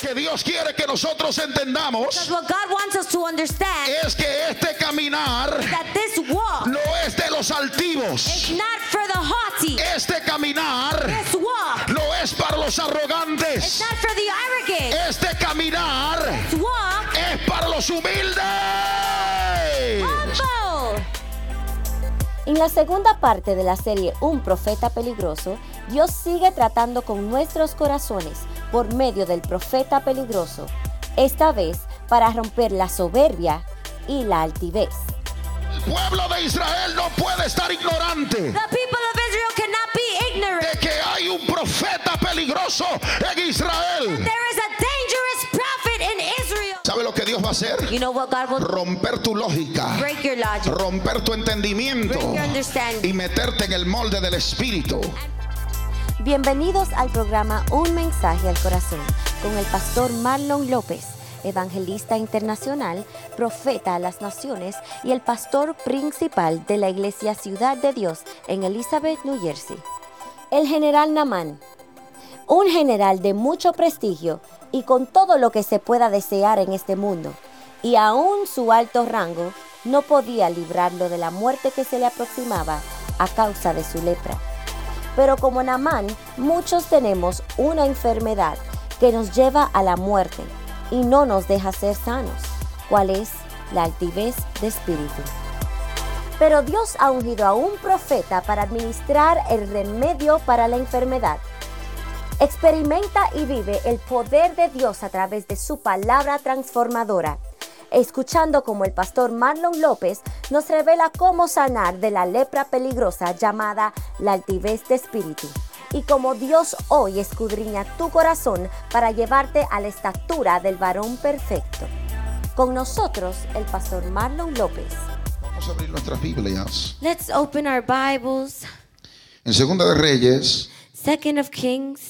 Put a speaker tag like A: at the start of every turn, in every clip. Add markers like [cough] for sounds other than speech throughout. A: que Dios quiere que nosotros entendamos
B: Because what God wants us to understand
A: es que este caminar
B: that this walk
A: no es de los altivos.
B: is not for the haughty.
A: Este caminar
B: This walk
A: no es para los
B: is
A: arrogantes.
B: not for the arrogant.
A: Este caminar
B: This walk
A: es para los humildes.
B: humble.
C: En la segunda parte de la serie Un profeta peligroso, Dios sigue tratando con nuestros corazones por medio del profeta peligroso, esta vez para romper la soberbia y la altivez.
A: El pueblo de Israel no puede estar ignorante.
B: The people of Israel cannot be ignorant.
A: de que hay un profeta peligroso en Israel.
B: There is a dangerous prophet in Israel.
A: ¿Sabe lo que Dios va a hacer?
B: You know what God will do?
A: Romper tu lógica,
B: break your logic,
A: romper tu entendimiento
B: break your understanding,
A: y meterte en el molde del espíritu.
C: Bienvenidos al programa Un mensaje al corazón con el pastor Marlon López, evangelista internacional, profeta a las naciones y el pastor principal de la iglesia Ciudad de Dios en Elizabeth, New Jersey. El general Namán, un general de mucho prestigio y con todo lo que se pueda desear en este mundo, y aún su alto rango no podía librarlo de la muerte que se le aproximaba a causa de su lepra. Pero como Namán, muchos tenemos una enfermedad que nos lleva a la muerte y no nos deja ser sanos, cual es la altivez de espíritu. Pero Dios ha ungido a un profeta para administrar el remedio para la enfermedad. Experimenta y vive el poder de Dios a través de su palabra transformadora. Escuchando como el pastor Marlon López nos revela cómo sanar de la lepra peligrosa llamada la altivez de espíritu. Y como Dios hoy escudriña tu corazón para llevarte a la estatura del varón perfecto. Con nosotros el pastor Marlon López.
A: Vamos a abrir nuestras Biblias.
B: Let's open our Bibles.
A: En Segunda de Reyes,
B: Second of Kings,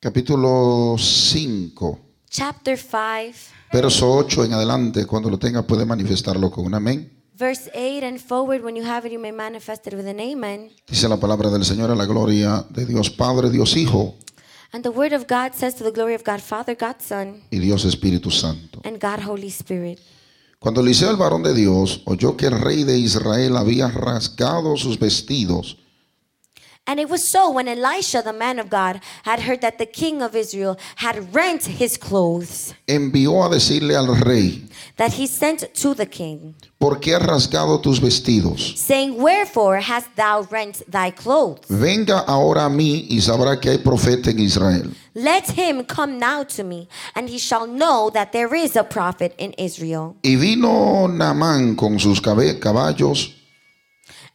A: capítulo 5,
B: chapter 5,
A: verso 8 en adelante, cuando lo tenga puede manifestarlo con un amén.
B: verse 8 and forward. When you have it, you may manifest it with an amen.
A: Dice la palabra del Señor a la gloria de Dios Padre, Dios Hijo
B: And the word of God says to the glory of God Father, God Son,
A: y Dios Espíritu Santo.
B: and God Holy Spirit.
A: Cuando Eliseo el varón de Dios oyó que el rey de Israel había rasgado sus vestidos
B: And it was so when Elisha, the man of God, had heard that the king of Israel had rent his clothes,
A: envió a decirle al rey,
B: that he sent to the king,
A: ¿por qué has rasgado tus vestidos?
B: saying, Wherefore hast thou rent thy clothes?
A: Venga ahora a mí y sabrá que hay profeta en Israel.
B: Let him come now to me, and he shall know that there is a prophet in Israel.
A: Y vino Naamán con sus cabe- caballos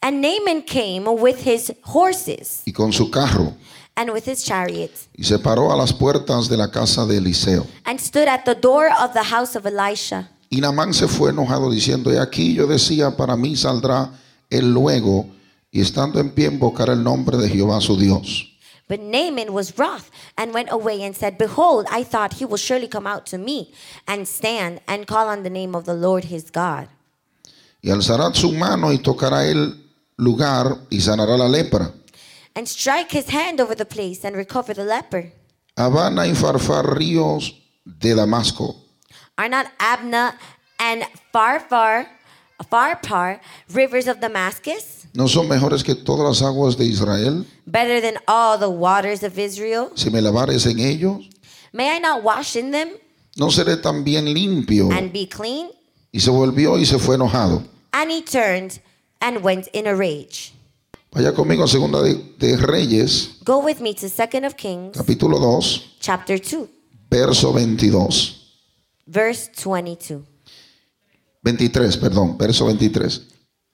B: And Naaman came with his horses
A: y con su carro
B: and with his chariots,
A: y se paró a las puertas de la casa de Eliseo.
B: and stood at the door of the house of Elisha.
A: Y Naamán se fue enojado diciendo, he aquí yo decía, para mí saldrá el luego, y estando en pie invocar el nombre de Jehová su Dios.
B: But Naaman was wroth and went away and said, Behold, I thought he will surely come out to me and stand and call on the name of the Lord his God.
A: Y alzará su mano y tocará el lugar y sanará la lepra.
B: And strike his hand over the place and recover the leper.
A: Habana y Farfar, ríos de Damasco.
B: Are not Abna and Farfar, Farpar, rivers of Damascus,
A: ¿No son mejores que todas las aguas de Israel?
B: better than all the waters of Israel?
A: Si me lavares en ellos,
B: May I not wash in them
A: no seré tan bien limpio.
B: and be clean?
A: Y se volvió y se fue enojado.
B: And he turned and went in a rage.
A: Vaya conmigo a Segunda de, de Reyes,
B: Go with me to 2nd of Kings,
A: capítulo 2,
B: chapter 2,
A: verso 22.
B: verse 22.
A: 23, perdón, verso 23.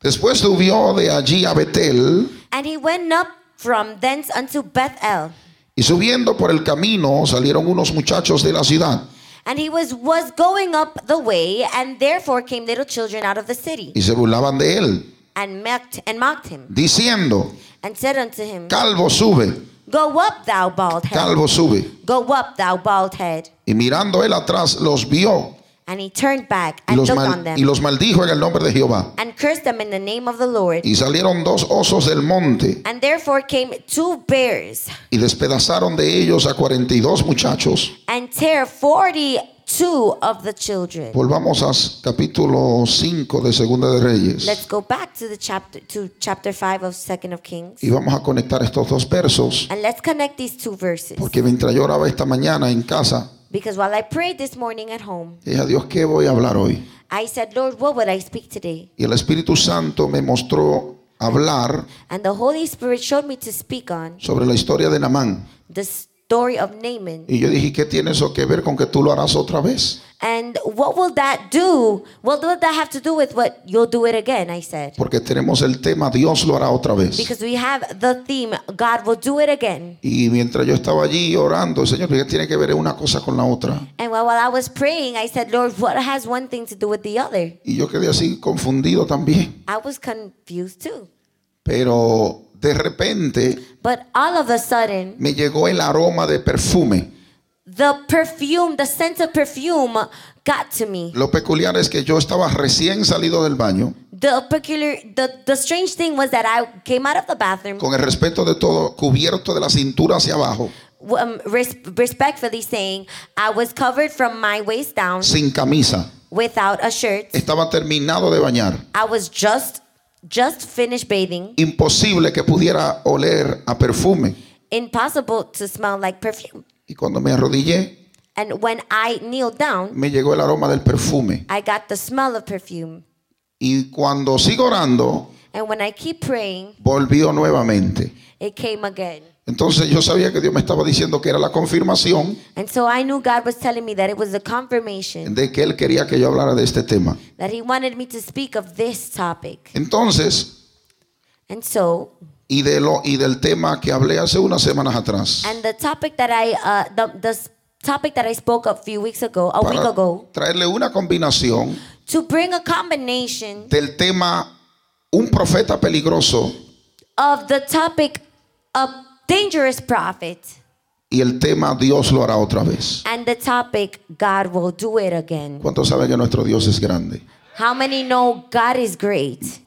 A: Después subió de allí a Betel
B: And he went up from thence unto Bethel.
A: y subiendo por el camino salieron unos muchachos de la ciudad.
B: And he was, was going up the way, and therefore came little children out of the city,
A: y se burlaban de él,
B: and mocked, and mocked him,
A: diciendo,
B: and said unto him,
A: calvo sube,
B: Go up, thou bald head.
A: calvo sube.
B: Go up, thou bald head.
A: Y mirando él atrás los vio
B: And he turned back
A: y
B: and
A: los,
B: looked
A: mal-
B: on them
A: y los maldijo en el nombre de Jehová.
B: and cursed them in the name of the Lord.
A: Y salieron dos osos del monte
B: And therefore came two bears
A: y despedazaron de ellos a 42 muchachos.
B: and tear 42 of the children.
A: Volvamos a s- capítulo 5 de Segunda de
B: Let's
A: Reyes
B: go back to the chapter to chapter 5 of 2nd of Kings.
A: y vamos a conectar estos dos versos
B: And let's connect these two verses.
A: porque mientras yo oraba esta mañana en casa,
B: Because while I prayed this morning at home,
A: dije a Dios, ¿qué voy a hablar hoy?
B: I said, Lord, what would I speak today?
A: Y el Espíritu Santo me mostró hablar
B: And the Holy Spirit showed me to speak on
A: sobre la historia de Namán.
B: the story of Naaman.
A: Y yo dije, ¿qué tiene eso que ver con que tú lo harás otra vez?
B: And what will that do? What will that have to do with what you'll do it again? I said.
A: Porque tenemos el tema, Dios lo hará otra vez.
B: Because we have the theme, God will do it again.
A: Y mientras yo estaba allí orando, Señor, ¿qué tiene que ver una cosa con la otra?
B: And while, while I was praying, I said, Lord, what has one thing to do with the other?
A: Y yo quedé así confundido también.
B: I was confused too.
A: Pero de repente
B: But all of a sudden,
A: me llegó el aroma de perfume.
B: the perfume, the scent of perfume got to me.
A: Lo peculiar es que yo estaba recién salido del baño,
B: The peculiar, the, the strange thing was that I came out of the bathroom,
A: con el respeto de todo, cubierto de la cintura hacia abajo,
B: um, res- respectfully saying, I was covered from my waist down
A: sin camisa.
B: without a shirt.
A: Estaba terminado de bañar.
B: I was just just finished bathing.
A: Imposible que pudiera oler a perfume.
B: Impossible to smell like perfume.
A: Y cuando me arrodillé,
B: And when I kneeled down,
A: me llegó el aroma del perfume.
B: I got the smell of perfume.
A: Y cuando sigo orando,
B: And when I keep praying,
A: volvió nuevamente.
B: it came again.
A: Entonces yo sabía que Dios me estaba diciendo que era la confirmación
B: And so I knew God was telling me that it was a confirmation
A: de que Él quería que yo hablara de este tema.
B: that He wanted me to speak of this topic.
A: Entonces,
B: And so,
A: y, de lo, y del tema que hablé hace unas semanas atrás,
B: and the topic that I uh, the the s- topic that I spoke of a few weeks ago, a week
A: para
B: ago,
A: traerle una combinación
B: to bring a combination
A: del tema un profeta peligroso
B: of the topic of dangerous prophet.
A: y el tema Dios lo hará otra vez.
B: and the topic God will do it again.
A: ¿Cuántos saben que nuestro Dios es grande?
B: How many know God is great?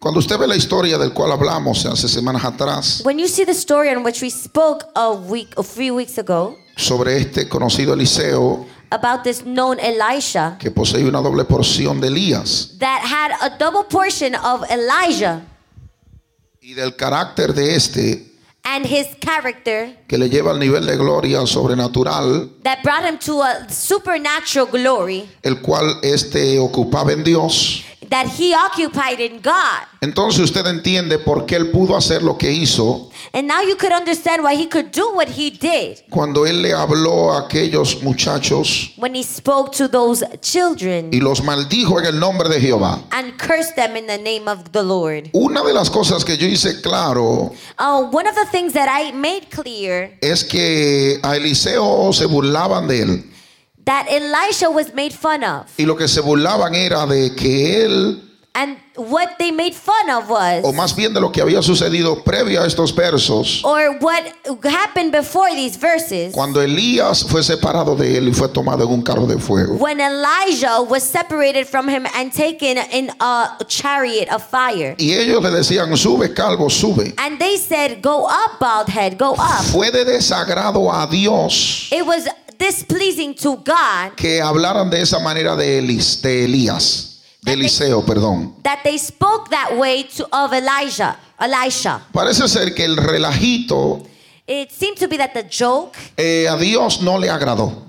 A: Cuando usted ve la historia del cual hablamos hace semanas atrás
B: When you see the story on which we spoke a week a few weeks ago
A: sobre este conocido Eliseo
B: about this known Elisha
A: que posee una doble porción de Elías
B: that had a double portion of Elijah
A: y del carácter de este
B: and his character
A: que le lleva al nivel de gloria sobrenatural,
B: that brought him to a supernatural glory
A: el cual este ocupaba en Dios.
B: that he occupied in God.
A: Entonces usted entiende por qué él pudo hacer lo que hizo
B: And now you could understand why he could do what he did
A: cuando él le habló a aquellos muchachos
B: when he spoke to those children
A: y los maldijo en el nombre de Jehová.
B: and cursed them in the name of the Lord.
A: Una de las cosas que yo hice claro
B: Uh, one of the things that I made clear
A: es que a Eliseo se burlaban de él
B: that Elisha was made fun of,
A: y lo que se burlaban era de que él,
B: and what they made fun of
A: o
B: was,
A: más bien de lo que había sucedido previo a estos versos,
B: or what happened before these verses,
A: cuando Elías fue separado de él y fue tomado en un carro de fuego.
B: when Elijah was separated from him and taken in a chariot of fire,
A: Y ellos le decían, sube calvo, sube.
B: and they said, "Go up, bald head, go up."
A: Fue de desagrado a Dios
B: It was displeasing to God
A: que hablaran de esa manera de, Elis, de Elías, de Eliseo, perdón.
B: that they spoke that way to of Elijah, Elisha.
A: Parece ser que el relajito
B: It seemed to be that the joke
A: eh, a Dios no le agradó.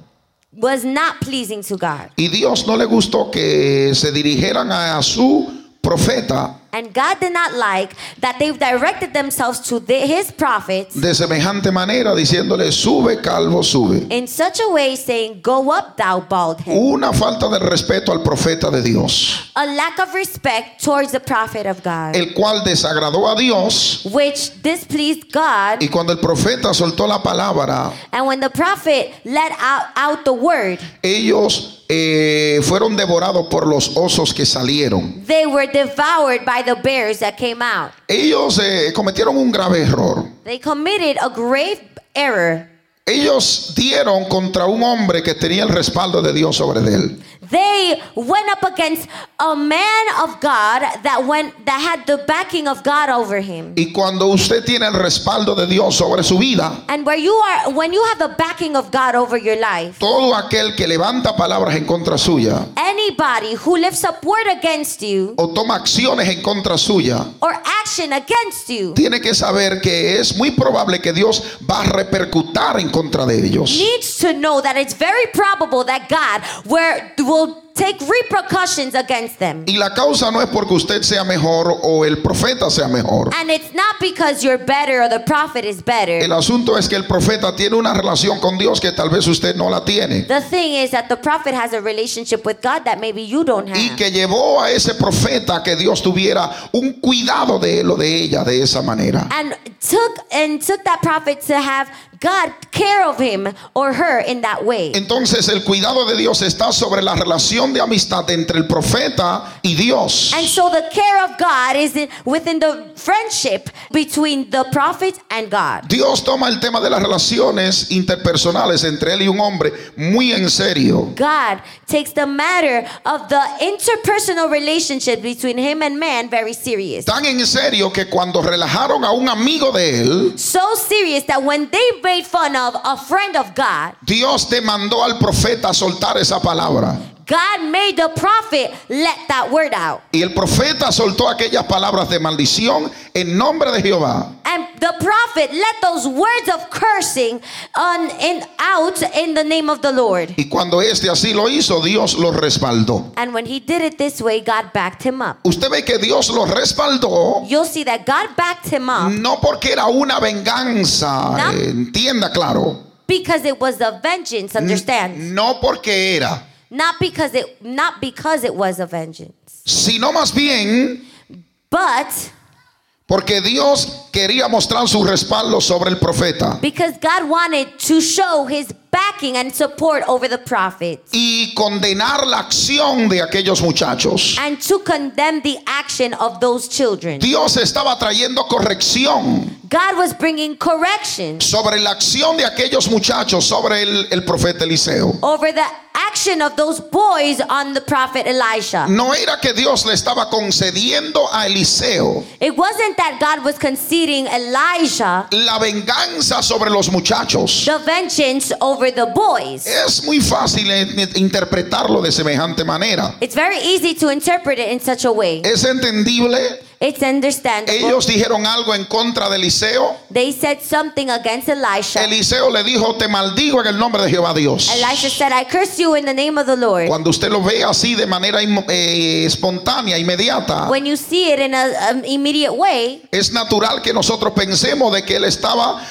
B: was not pleasing to God.
A: Y Dios no le gustó que se dirigieran a su profeta
B: And God did not like that they directed themselves to the, his prophets
A: de semejante manera, diciéndole, sube calvo, sube.
B: in such a way, saying, Go up, thou bald head.
A: Una falta de respeto al profeta de Dios,
B: A lack of respect towards the prophet of God,
A: el cual desagradó a Dios.
B: which displeased God.
A: Y cuando el profeta soltó la palabra,
B: And when the prophet let out, out the word,
A: ellos eh, fueron devorados por los osos que salieron.
B: they were devoured by the bears that came out.
A: Ellos eh, cometieron un grave error.
B: They committed a grave error.
A: Ellos dieron contra un hombre que tenía el respaldo de Dios sobre de él.
B: They went up against a man of God that went that had the backing of God over him.
A: Y cuando usted tiene el respaldo de Dios sobre su vida,
B: And where you are when you have the backing of God over your life,
A: todo aquel que levanta palabras en contra suya
B: anybody who lifts up word against you
A: o toma acciones en contra suya,
B: or action against you
A: tiene que saber que es muy probable que Dios va a repercutar en contra de ellos.
B: needs to know that it's very probable that God where will take repercussions against them.
A: Y la causa no es porque usted sea mejor o el profeta sea mejor.
B: And it's not because you're better or the prophet is better.
A: El asunto es que el profeta tiene una relación con Dios que tal vez usted no la tiene.
B: The thing is that the prophet has a relationship with God that maybe you don't
A: Y
B: have.
A: que llevó a ese profeta a que Dios tuviera un cuidado de él o de ella de esa manera.
B: And took and took that prophet to have God care of him or her in that way.
A: Entonces el cuidado de Dios está sobre la relación de amistad entre el profeta y Dios.
B: And so the care of God is in, within the friendship between the prophet and God.
A: Dios toma el tema de las relaciones interpersonales entre él y un hombre muy en serio.
B: God takes the matter of the interpersonal relationship between him and man very serious.
A: Tan en serio que cuando relajaron a un amigo de él,
B: So serious that when they made fun of a friend of God,
A: Dios demandó al profeta a soltar esa palabra.
B: God made the prophet let that word out.
A: Y el profeta soltó aquellas palabras de maldición en nombre de Jehová.
B: And the prophet let those words of cursing on and out in the name of the Lord.
A: Y cuando este así lo hizo, Dios lo respaldó.
B: And when he did it this way, God backed him up.
A: Usted ve que Dios lo respaldó
B: You'll see that God backed him up
A: no porque era una venganza,
B: No.
A: eh, entienda claro.
B: because it was a vengeance, understand?
A: No porque era,
B: Not because it not because it was a vengeance.
A: sino más bien
B: But
A: porque Dios quería mostrar su respaldo sobre el profeta.
B: because God wanted to show his backing and support over the prophet
A: Y condenar la acción de aquellos muchachos.
B: and to condemn the action of those children.
A: Dios estaba trayendo corrección
B: God was bringing correction
A: sobre la acción de aquellos muchachos sobre el, el profeta Eliseo.
B: over the action of those boys on the prophet Elisha.
A: No era que Dios le estaba concediendo a Eliseo
B: It wasn't that God was conceding Elijah
A: la venganza sobre los muchachos.
B: the vengeance over the boys.
A: Es muy fácil eh, interpretarlo de semejante manera.
B: It's very easy to interpret it in such a way.
A: Es entendible.
B: It's understandable.
A: Ellos dijeron algo en contra de Eliseo.
B: They said something against Elisha.
A: Eliseo le dijo, te maldigo en el nombre de Jehová Dios.
B: Elisha said, I curse you in the name of the Lord.
A: Cuando usted lo ve así de manera inmo- eh, espontánea, inmediata,
B: When you see it in an immediate way,
A: Es natural que nosotros pensemos de que él estaba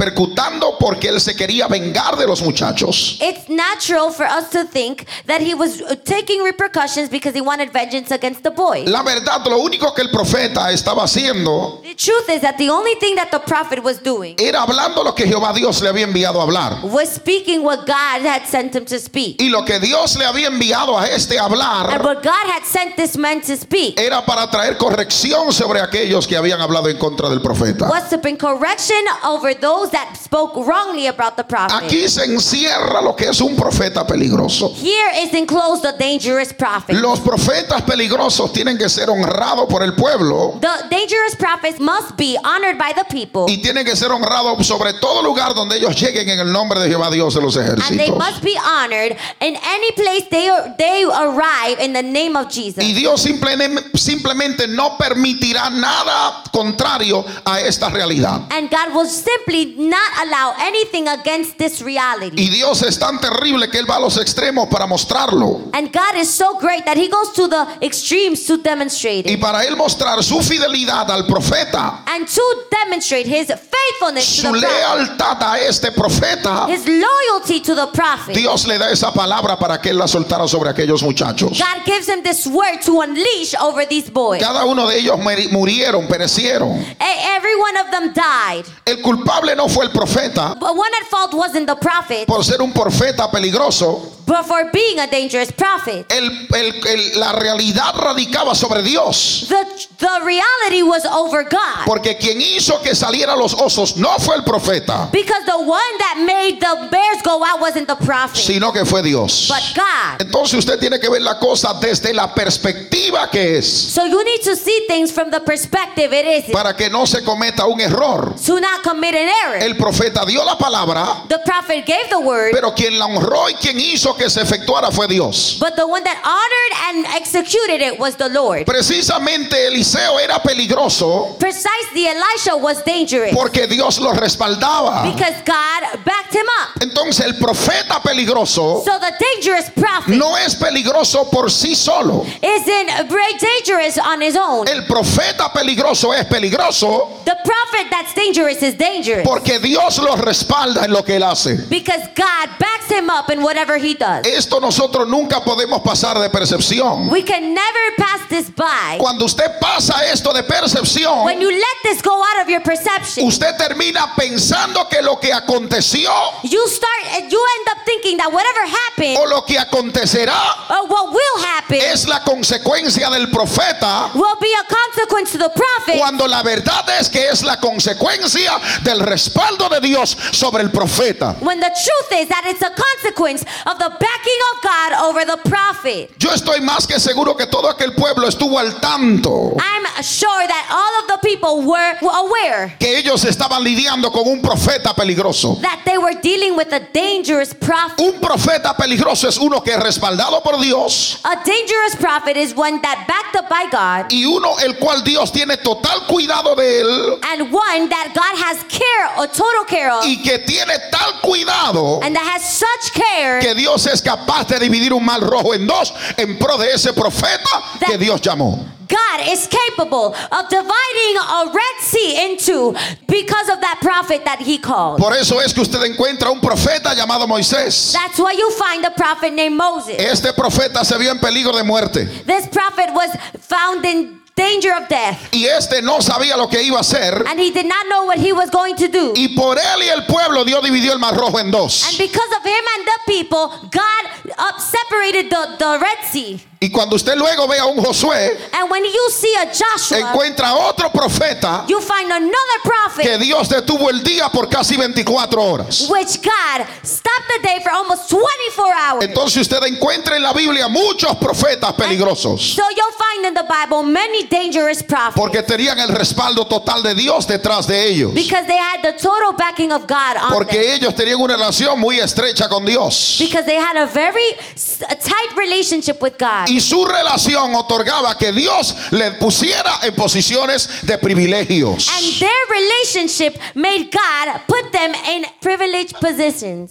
A: repercutando porque él se quería vengar de los muchachos.
B: it's natural for us to think that he was uh, taking repercussions because he wanted vengeance against the boys.
A: La verdad, lo único que el profeta estaba haciendo
B: The truth is that the only thing that the prophet was doing
A: era hablando lo que Jehová Dios le había enviado a hablar.
B: was speaking what God had sent him to speak.
A: Y lo que Dios le había enviado a este a
B: And
A: hablar
B: what God had sent this man to speak
A: era para traer corrección sobre aquellos que habían hablado en contra del profeta.
B: was to bring correction over those that spoke wrongly about the prophet.
A: Aquí se encierra lo que es un profeta peligroso.
B: Here is enclosed a dangerous prophet.
A: Los profetas peligrosos tienen que ser honrados por el pueblo
B: The dangerous prophets must be honored by the people,
A: y tienen que ser honrados sobre todo lugar donde ellos lleguen en el nombre de Jehová Dios de los
B: and they
A: ejércitos.
B: must be honored in any place they they arrive in the name of
A: Y
B: Jesus.
A: Dios simplemente, simplemente no permitirá nada contrario a esta realidad.
B: And God will simply not allow anything against this reality.
A: Y Dios es tan terrible que Él va a los extremos para mostrarlo.
B: And God is so great that He goes to the extremes to demonstrate
A: Y
B: it.
A: para Él mostrar su fidelidad al profeta,
B: And to demonstrate His faithfulness to
A: su
B: the prophet,
A: lealtad a este profeta,
B: His loyalty to the prophet.
A: Dios le da esa palabra para que Él la soltara sobre aquellos muchachos.
B: God gives him this word to unleash over these boys.
A: Cada uno de ellos meri- murieron, perecieron.
B: E- Every one of them died.
A: El culpable no fue el profeta
B: But one at fault wasn't the prophet
A: por ser un profeta peligroso,
B: but for being a dangerous prophet.
A: El- el- el- la realidad radicaba sobre Dios.
B: The, the reality was over God.
A: Porque quien hizo que salieran los osos no fue el profeta,
B: Because the one that made the bears go out wasn't the prophet,
A: sino que fue Dios.
B: but God.
A: Entonces usted tiene que ver la cosa desde la perspectiva que es,
B: So you need to see things from the perspective it is
A: para que no se cometa un error.
B: to not commit an error.
A: El profeta dio la palabra,
B: The prophet gave the word,
A: pero quien la honró y quien hizo que se efectuara fue Dios.
B: but the one that honored and executed it was the Lord.
A: Precisamente Eliseo era peligroso
B: Precisely, Elisha was dangerous
A: porque Dios lo respaldaba.
B: because God backed him up.
A: Entonces el profeta peligroso
B: So the dangerous prophet
A: no es peligroso por sí solo.
B: isn't very dangerous on his own.
A: El profeta peligroso es peligroso
B: The prophet that's dangerous is dangerous
A: porque Dios lo respalda en lo que él hace.
B: because God backs him up in whatever he does.
A: Esto nosotros nunca podemos pasar de percepción.
B: We can never pass this by.
A: Cuando usted pasa esto de
B: When
A: percepción,
B: you let this go out of your perception,
A: usted termina pensando que lo que aconteció
B: you start and you end up thinking that whatever happened
A: o lo que acontecerá
B: or what will happen
A: es la consecuencia del profeta.
B: will be a consequence to the prophet
A: Cuando la verdad es que es la consecuencia del respaldo de Dios sobre el profeta.
B: when the truth is that it's a consequence of the backing of God over the prophet.
A: Yo estoy más que seguro que todo aquel pueblo estuvo al tanto
B: I'm sure that all of the people were were aware
A: que ellos estaban lidiando con un profeta peligroso.
B: that they were dealing with a dangerous prophet.
A: Un profeta peligroso es uno que es respaldado por Dios
B: A dangerous prophet is one that backed up by God
A: y uno el cual Dios tiene total cuidado de él
B: and one that God has care or total care of
A: y que tiene tal cuidado
B: and that has such care
A: que Dios es capaz de dividir un mal rojo en dos en pro de ese profeta que Dios llamó.
B: God is capable of dividing a Red Sea into because of that prophet that he called.
A: Por eso es que usted encuentra un profeta llamado Moisés.
B: That's why you find a prophet named Moses.
A: Este profeta se vio en peligro de muerte
B: This prophet was found in danger of death
A: y este no sabía lo que iba a hacer.
B: and he did not know what he was going to do.
A: Y por él y el pueblo Dios dividió el mar rojo en
B: And
A: dos.
B: because of him and the people, God up separated the, the Red Sea.
A: Y cuando usted luego ve a un Josué,
B: And when you see a Joshua,
A: encuentra otro profeta
B: you find another
A: que
B: prophet
A: Dios detuvo el día por casi 24 horas.
B: which God stopped the day for almost 24 hours.
A: Entonces usted encuentra en la Biblia muchos profetas peligrosos
B: So you'll find in the Bible many dangerous prophets.
A: porque tenían el respaldo total de Dios detrás de ellos.
B: Because they had the total backing of God on them.
A: Porque ellos tenían una relación muy estrecha con Dios.
B: Because they had a very s- a tight relationship with God.
A: Y su relación otorgaba que Dios les pusiera en posiciones de privilegios.
B: And their relationship made God put them in privileged positions.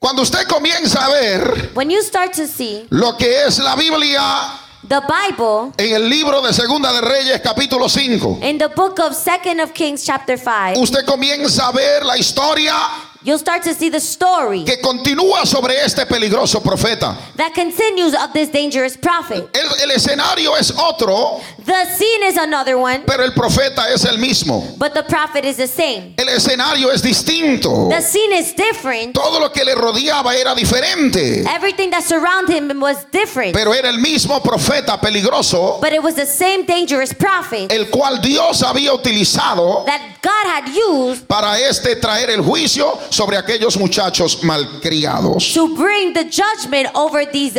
A: Cuando usted comienza a ver
B: When you start to see
A: lo que es la Biblia
B: the Bible
A: en el libro de Segunda de Reyes capítulo 5.
B: in the book of 2nd of Kings chapter 5,
A: Usted comienza a ver la historia
B: you'll start to see the story
A: que continúa sobre este peligroso profeta.
B: that continues of this dangerous prophet.
A: El, el escenario es otro,
B: The scene is another one,
A: pero el profeta es el mismo.
B: but the prophet is the same.
A: El escenario es distinto.
B: The scene is different.
A: Todo lo que le rodeaba era diferente,
B: Everything that surrounded him was different.
A: pero era el mismo profeta peligroso,
B: But it was the same dangerous prophet
A: el cual Dios había utilizado
B: that God had used
A: para este traer el juicio sobre aquellos muchachos malcriados.
B: to bring the judgment over these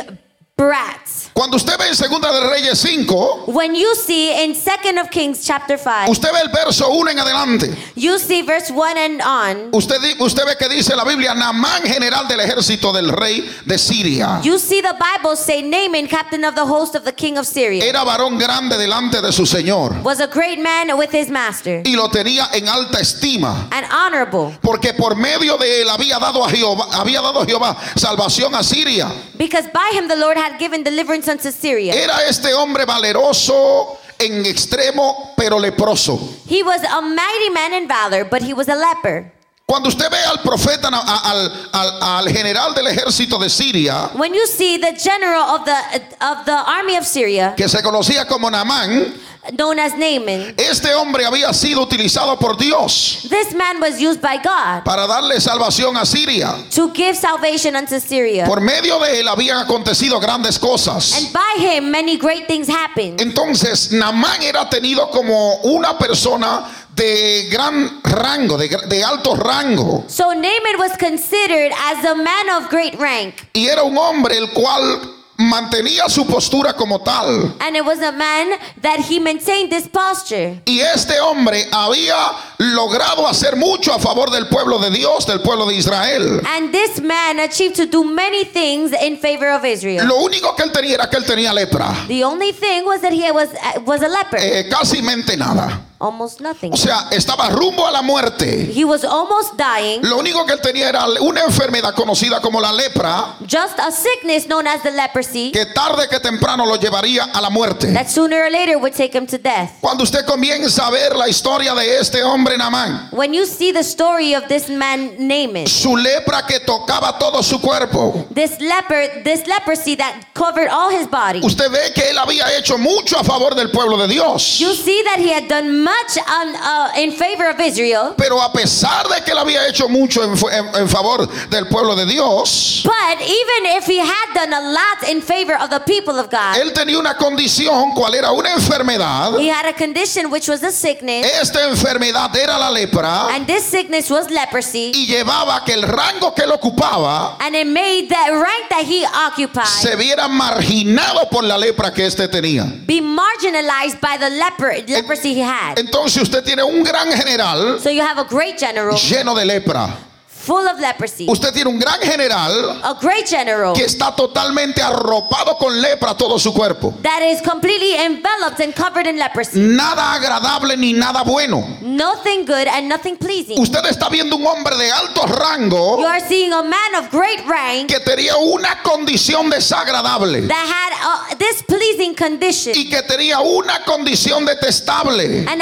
B: brats.
A: Cuando usted ve en Segunda de Reyes 5,
B: When you see in 2nd of Kings chapter 5,
A: usted ve el verso 1 en adelante.
B: you see verse 1 and on.
A: Usted, di- usted ve que dice la Biblia, Namán, general del ejército del rey de Siria.
B: You see the Bible say Naaman, captain of the host of the king of Syria,
A: Era varón grande delante de su señor
B: was a great man with his master
A: y lo tenía en alta estima.
B: and honorable
A: Porque por medio de él había dado a Jehová, había dado Jehová salvación a Siria.
B: because by him the Lord had given deliverance unto Syria.
A: Era este hombre valeroso en extremo, pero leproso.
B: He was a mighty man in valor, but he was a leper.
A: Cuando usted ve al profeta, na- a- al- al- al general del ejército de Siria,
B: When you see the general of the of the army of Syria
A: que se conocía como Namán,
B: known as Naaman.
A: Este hombre había sido utilizado por Dios
B: This man was used by God
A: para darle salvación a Siria.
B: to give salvation unto Syria.
A: Por medio de él habían acontecido grandes cosas.
B: And by him, many great things happened.
A: Entonces, Namán era tenido como una persona de gran rango, de, gr- de alto rango.
B: So Naaman was considered as a man of great rank.
A: Y era un hombre el cual mantenía su postura como tal.
B: And it was a man that he maintained this posture.
A: Y este hombre había logrado hacer mucho a favor del pueblo de Dios, del pueblo de Israel.
B: And this man achieved to do many things in favor of Israel.
A: Lo único que él tenía era que él tenía lepra.
B: The only thing was that he was uh, was a leper,
A: Eh, casi mente nada.
B: almost nothing.
A: O sea, estaba rumbo a la muerte.
B: He was almost dying.
A: Lo único que él tenía era una enfermedad conocida como la lepra,
B: Just a sickness known as the leprosy
A: que tarde que temprano lo llevaría a la muerte.
B: that sooner or later would take him to death.
A: Cuando usted comienza a ver la historia de este hombre Namán,
B: When you see the story of this man Naaman,
A: su lepra que tocaba todo su cuerpo,
B: this leper, this leprosy that covered all his body,
A: usted ve que él había hecho mucho a favor del pueblo de Dios.
B: you see that he had done much on, uh, in favor of Israel.
A: Pero a pesar de que él había hecho mucho en, fu- en- en favor del pueblo de Dios,
B: But even if he had done a lot in favor of the people of God,
A: él tenía una condición, cual era una enfermedad.
B: he had a condition which was a sickness,
A: Esta enfermedad era la lepra
B: and this sickness was leprosy,
A: y llevaba que el rango que él ocupaba
B: and it made that rank that he occupied
A: se viera marginado por la lepra que éste tenía.
B: be marginalized by the leper, leprosy he had.
A: Entonces usted tiene un gran general
B: So you have a great general
A: lleno de lepra.
B: full of leprosy,
A: Usted tiene un gran general
B: a great general
A: que está totalmente arropado con lepra todo su cuerpo.
B: that is completely enveloped and covered in leprosy.
A: Nada agradable ni nada bueno.
B: Nothing good and nothing pleasing.
A: Usted está viendo un hombre de alto
B: You
A: rango
B: are seeing a man of great rank
A: que tenía una condición desagradable
B: that had a displeasing condition.
A: y que tenía una condición detestable
B: and had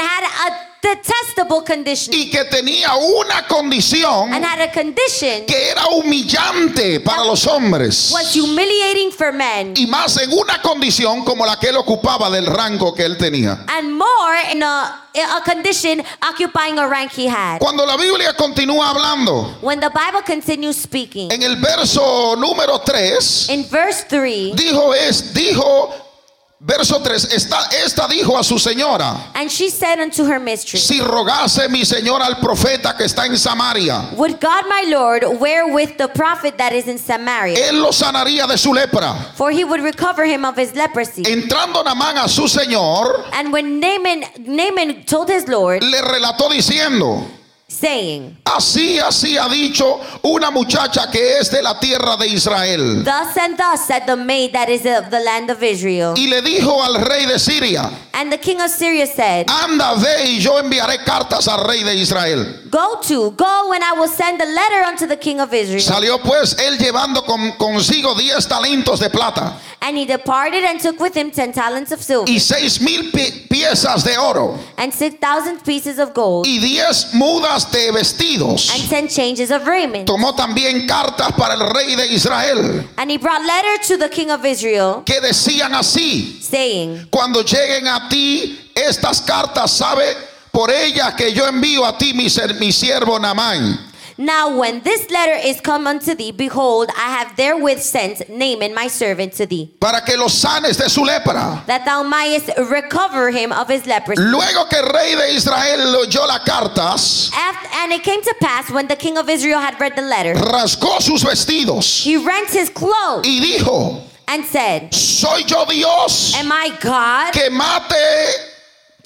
B: a detestable condition
A: y que tenía una condición
B: and had a condition
A: que era humillante para los hombres
B: was humiliating for men
A: y más en una condición como la que él ocupaba del rango que él tenía.
B: and more in a, a condition occupying a rank he had
A: Cuando la Biblia continúa hablando
B: when the bible continues speaking
A: en el verso número 3,
B: in verse 3
A: dijo es dijo verso 3, esta, esta dijo a su señora
B: and she said unto her mistress
A: Si rogase mi señor al profeta que está en Samaria,
B: would god my lord wherewith the prophet that is in samaria
A: él lo sanaría de su lepra.
B: for he would recover him of his leprosy
A: Entrando Namán a su señor,
B: and when naaman naaman told his lord
A: le relató diciendo,
B: saying
A: así, así ha dicho una muchacha que es de la tierra de Israel.
B: thus and thus said the maid that is of the land of israel
A: Y le dijo al rey de Siria,
B: and the king of syria said
A: anda, ve y yo enviaré cartas al rey de Israel.
B: Go to, go, and I will send a letter unto the king of Israel.
A: Salió pues él llevando con- consigo diez talentos de plata
B: And he departed and took with him ten talents of silver
A: y seis mil pi- piezas de oro
B: and six thousand pieces of gold
A: y diez mudas de vestidos.
B: and ten changes of raiment.
A: Tomó también cartas para el rey de Israel
B: And he brought letter to the king of Israel,
A: que decían así,
B: saying,
A: cuando lleguen a ti estas cartas, sabe por ellas que yo envío a ti mi, ser- mi siervo Namán.
B: Now when this letter is come unto thee, behold, I have therewith sent Naaman my servant to thee,
A: Para que los sanes de su lepra.
B: that thou mayest recover him of his leprosy.
A: Luego que el rey de Israel oyó las cartas,
B: Aft- And it came to pass when the king of Israel had read the letter,
A: rasgó sus vestidos
B: he rent his clothes
A: y dijo,
B: and said,
A: soy yo Dios
B: Am I God?
A: que mate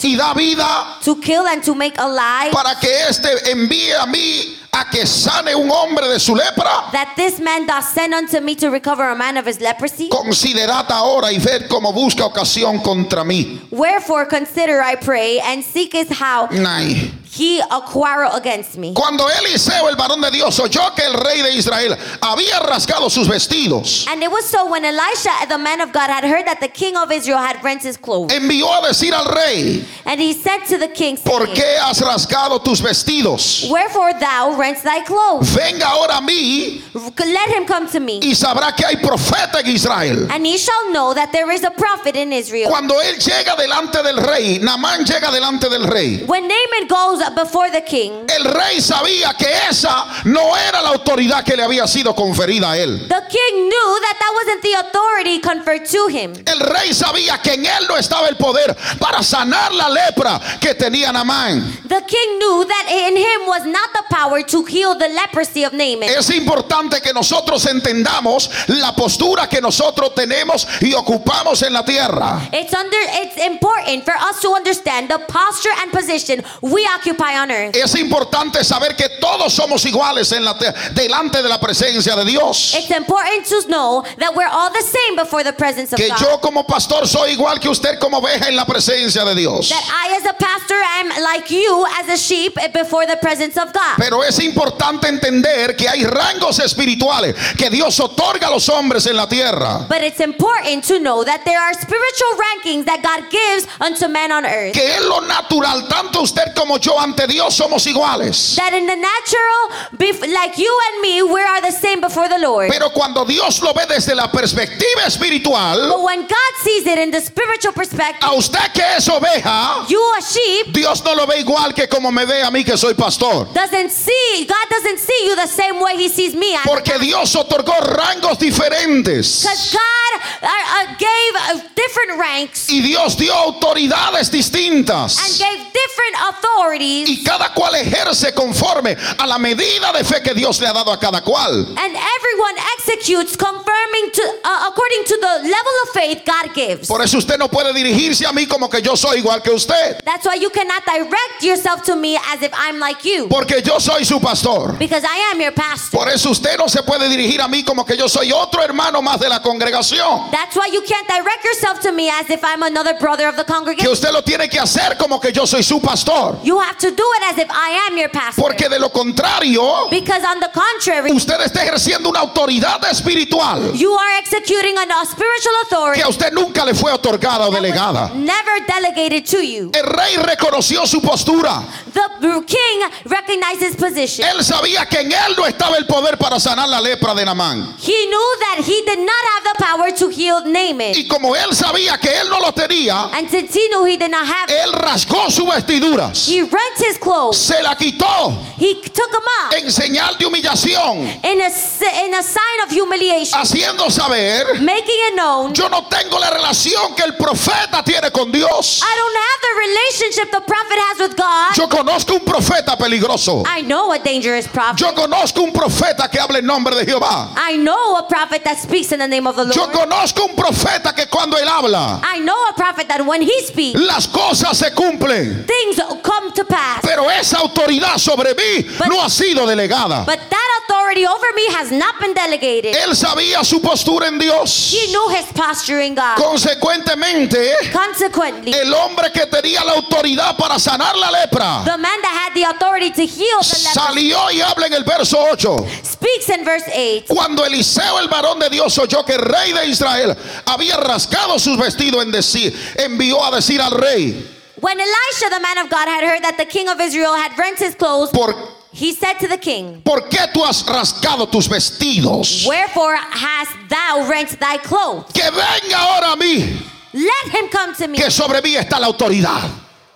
A: y da vida
B: to kill and to make alive
A: para que éste envíe a mí a que sane un hombre de su lepra.
B: that this man doth send unto me to recover a man of his leprosy?
A: Considerad ahora y ved cómo busca ocasión contra mí.
B: Wherefore consider, I pray, and seekest how
A: Nay.
B: he a quarrel against me.
A: Cuando Eliseo, el varón de Dios, oyó que el rey de Israel había rasgado sus vestidos,
B: And it was so when Elisha, the man of God, had heard that the king of Israel had rent his clothes.
A: envió a decir al rey,
B: And he said to the king,
A: ¿por
B: saying,
A: qué has rasgado tus vestidos?
B: Wherefore thou rents thy clothes?
A: Venga ahora a mí
B: Let him come to me,
A: y sabrá que hay profeta en Israel.
B: and he shall know that there is a prophet in Israel.
A: Cuando él llega delante del rey, Namán llega delante del rey.
B: When Naaman goes before the king,
A: El rey sabía que esa no era la autoridad que le había sido conferida a él.
B: the king knew that that wasn't the authority conferred to him.
A: El rey sabía que en él no estaba el poder para sanar la lepra que tenía Namán.
B: The king knew that in him was not the power to heal the leprosy of Naaman.
A: Es importante que nosotros entendamos la postura que nosotros tenemos y ocupamos en la tierra.
B: It's under it's important for us to understand the posture and position we occupy on earth.
A: Es importante saber que todos somos iguales en la te- delante de la presencia de Dios.
B: It's important to know that we're all the same before the presence of
A: Que
B: God.
A: yo como pastor soy igual que usted como oveja en la presencia de Dios.
B: That I as a pastor am like you as a sheep before the presence of God.
A: Pero es importante entender que hay rangos espirituales que Dios otorga a los hombres en la tierra.
B: But it's important to know that there are spiritual rankings that God gives unto men on earth.
A: Que es lo natural, tanto usted como yo ante Dios somos iguales.
B: That in the natural, bef- like you and me, we are the same before the Lord.
A: Pero cuando Dios lo ve desde la perspectiva espiritual,
B: But when God sees it in the spiritual perspective,
A: a usted que es oveja,
B: you a sheep
A: Dios no lo ve igual que como me ve a mí que soy pastor.
B: doesn't see God doesn't see you the same way He sees me.
A: Porque Dios otorgó rangos diferentes.
B: Because God uh, uh, gave uh, different ranks
A: Y Dios dio autoridades
B: and
A: distintas.
B: gave different authorities,
A: Y cada cual ejerce conforme a la medida de fe que Dios le ha dado a cada cual.
B: and everyone executes confirming to uh, according to the level of faith God gives.
A: Por eso usted no puede dirigirse a mí como que yo soy igual que usted.
B: That's why you cannot direct yourself to me as if I'm like you,
A: Porque yo soy su pastor.
B: because I am your pastor.
A: Por eso usted no se puede dirigir a mí como que yo soy otro hermano más de la congregación.
B: That's why you can't direct yourself to me as if I'm another brother of the
A: Que
B: congregation.
A: usted lo tiene que hacer como que yo soy su pastor.
B: You have to do it as if I am your pastor.
A: Porque de lo contrario,
B: Because on the contrary,
A: usted está ejerciendo una autoridad espiritual
B: you are executing an, a spiritual authority
A: que a usted nunca le fue otorgada o delegada.
B: never delegated to you.
A: El rey reconoció su postura.
B: The king recognized his position.
A: Él sabía que en él no estaba el poder para sanar la lepra de Namán.
B: He knew that he did not have the power to heal Naaman.
A: Y como él sabía que él no lo tenía,
B: And since he knew he did not have it,
A: él rasgó sus vestiduras,
B: he rent his clothes.
A: se la quitó
B: He took them off
A: en señal de humillación,
B: in a, s- in a sign of humiliation,
A: haciendo saber,
B: making it known
A: Ah. yo no tengo la relación que el profeta tiene con Dios.
B: I don't have the relationship the prophet has with God.
A: Yo conozco un profeta peligroso.
B: I know a dangerous prophet.
A: Yo conozco un profeta que habla en nombre de Jehová.
B: I know a prophet that speaks in the name of the
A: Yo
B: Lord.
A: conozco un profeta que cuando él habla,
B: I know a prophet that when he speaks,
A: las cosas se cumplen.
B: things come to pass.
A: Pero esa autoridad sobre mí no ha sido delegada.
B: But that authority over me has not been delegated.
A: Él sabía su postura en Dios.
B: He knew his posture in God.
A: Consecuentemente,
B: Consequently,
A: el hombre que tenía la autoridad para sanar la lepra
B: the man that had the authority to heal the leper
A: salió y habla en el verso 8.
B: speaks in verse 8.
A: Cuando Eliseo, el varón de Dios, oyó que el rey de Israel había rascado sus vestidos en decir, envió a decir al rey,
B: When Elisha, the man of God, had heard that the king of Israel had rent his clothes,
A: ¿por,
B: he said to the king,
A: ¿por qué tú has rascado tus vestidos?
B: Wherefore hast thou rent thy clothes?
A: Que venga ahora a mí,
B: Let him come to me.
A: que sobre mí está la autoridad.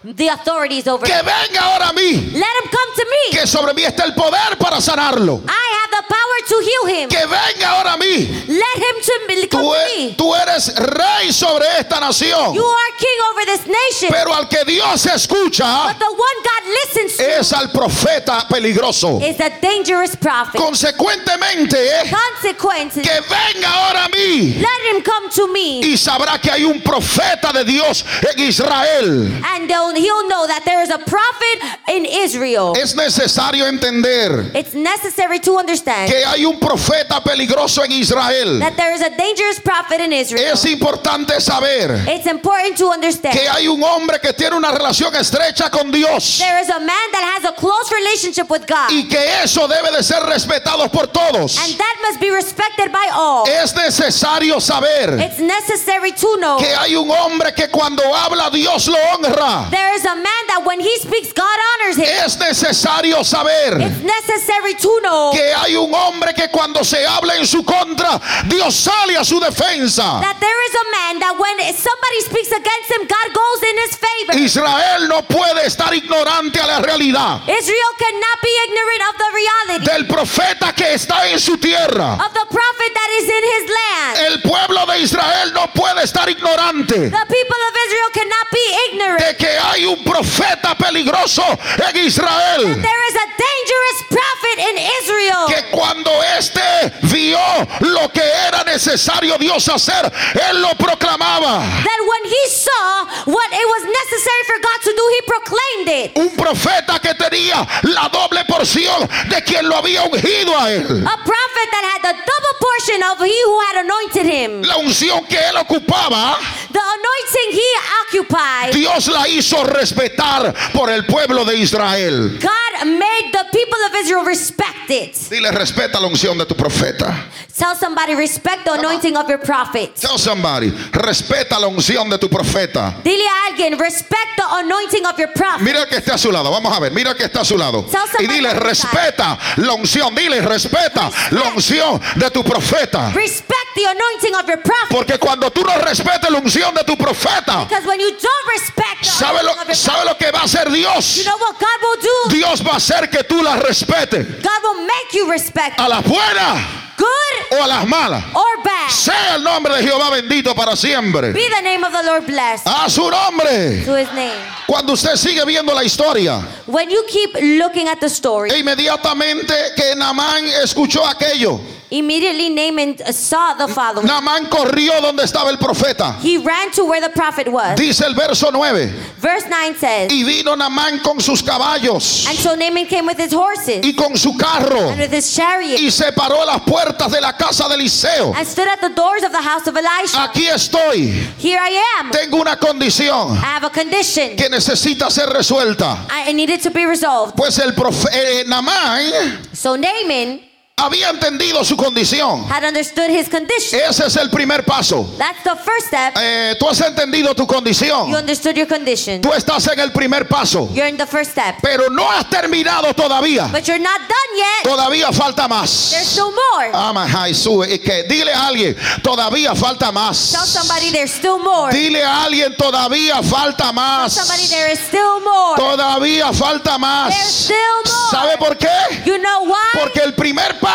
B: The authority is over.
A: Que
B: me.
A: venga ahora a mí,
B: Let him come to me.
A: que sobre mí está el poder para sanarlo.
B: I have the power to heal him.
A: Que venga ahora a mí.
B: Let him to me, come
A: Tú,
B: to
A: e-
B: me.
A: tú eres rey sobre esta nación.
B: You are king over this nation.
A: Pero al que Dios
B: But
A: escucha
B: the one God listens to
A: es al profeta peligroso.
B: is a dangerous prophet.
A: Consecuentemente, eh,
B: Consequences,
A: que venga ahora a mí
B: let him come to me,
A: y sabrá que hay un profeta de Dios en Israel.
B: and they'll- he'll know that there is a prophet in Israel.
A: Es necesario entender
B: It's necessary to understand
A: que hay un profeta peligroso en Israel.
B: that there is a dangerous prophet in Israel.
A: Es importante saber
B: It's important to understand
A: que hay un hombre que tiene una relación estrecha con Dios
B: there is a man that has a close relationship with God,
A: y que eso debe de ser respetado por todos.
B: and that must be respected by all.
A: Es necesario saber
B: It's necessary to know
A: que hay un hombre que cuando habla Dios lo honra.
B: there is a man that when he speaks, God honors him.
A: Es necesario saber
B: It's necessary to know
A: que hay un hombre que cuando se habla en su contra, Dios sale a su defensa.
B: that there is a man that when somebody speaks against him, God goes in his favor.
A: Israel no puede estar ignorante a la realidad
B: Israel cannot be ignorant of the reality
A: del profeta que está en su tierra.
B: of the prophet that is in his land.
A: El pueblo de Israel no puede estar ignorante
B: The people of Israel cannot be ignorant.
A: de que hay un profeta peligroso en Israel.
B: There is a dangerous prophet in Israel
A: que cuando este vio lo que era necesario Dios hacer, él lo proclamaba.
B: that when he saw what it was necessary for God to do, he proclaimed it.
A: Un profeta que tenía la doble porción de quien lo había ungido a él.
B: A prophet that had the double portion of he who had anointed him.
A: La unción que él ocupaba,
B: The anointing he occupied.
A: Dios la hizo respetar por el pueblo de Israel.
B: God made the people of Israel respect it.
A: Dile, respeta la unción de tu profeta.
B: Tell somebody, respect the anointing of your prophet.
A: Tell somebody, respeta la unción de tu profeta.
B: Dile a alguien, respect the anointing of your prophet.
A: Mira el que está a su lado, vamos a ver, mira el que está a su lado.
B: Tell somebody
A: Y dile,
B: to respect.
A: respeta la unción, dile, respeta la unción de tu profeta.
B: Respect the anointing of your prophet.
A: Porque cuando tú no respetas la unción de tu profeta,
B: Because when you don't respect the
A: ¿sabe
B: anointing
A: lo,
B: of your prophet,
A: sabe lo que va a hacer
B: you
A: Dios?
B: know what God will do?
A: Dios va a hacer que tú la respetes,
B: God will make you respect
A: a las buenas
B: good
A: o a las malas.
B: or bad.
A: Sea el nombre de Jehová bendito para siempre.
B: Be the name of the Lord blessed.
A: A su nombre.
B: To his name.
A: Cuando usted sigue viendo la historia,
B: When you keep looking at the story,
A: E inmediatamente que Naamán escuchó aquello,
B: immediately Naaman saw the following.
A: Naamán corrió donde estaba el profeta.
B: He ran to where the prophet was.
A: Dice el verso 9,
B: Verse 9 says,
A: y vino Naamán con sus caballos
B: And so Naaman came with his horses
A: y con su carro
B: and with his chariot
A: y se paró a las puertas de la casa de Eliseo.
B: and stood at the doors of the house of Elisha.
A: Aquí estoy,
B: Here I am.
A: tengo una condición
B: I have a condition.
A: que necesita ser resuelta.
B: I needed to be resolved.
A: Pues el profe, eh, Naamán
B: So Naaman
A: había entendido su condición.
B: had understood his condition.
A: Ese es el primer paso.
B: That's the first step.
A: Eh, tú has entendido tu
B: You
A: condición.
B: understood your condition.
A: Tú estás en el primer paso.
B: You're in the first step.
A: Pero no has terminado todavía.
B: But you're not done yet.
A: Todavía falta
B: There's
A: más.
B: still more.
A: Ama Jesús. Y que dile a alguien, todavía falta
B: Tell
A: más.
B: somebody there's still more.
A: Dile a alguien, todavía falta
B: Somebody
A: más.
B: there is still more.
A: Todavía falta
B: There's
A: más.
B: still more.
A: ¿Sabe por qué?
B: You know why?
A: Porque el primer paso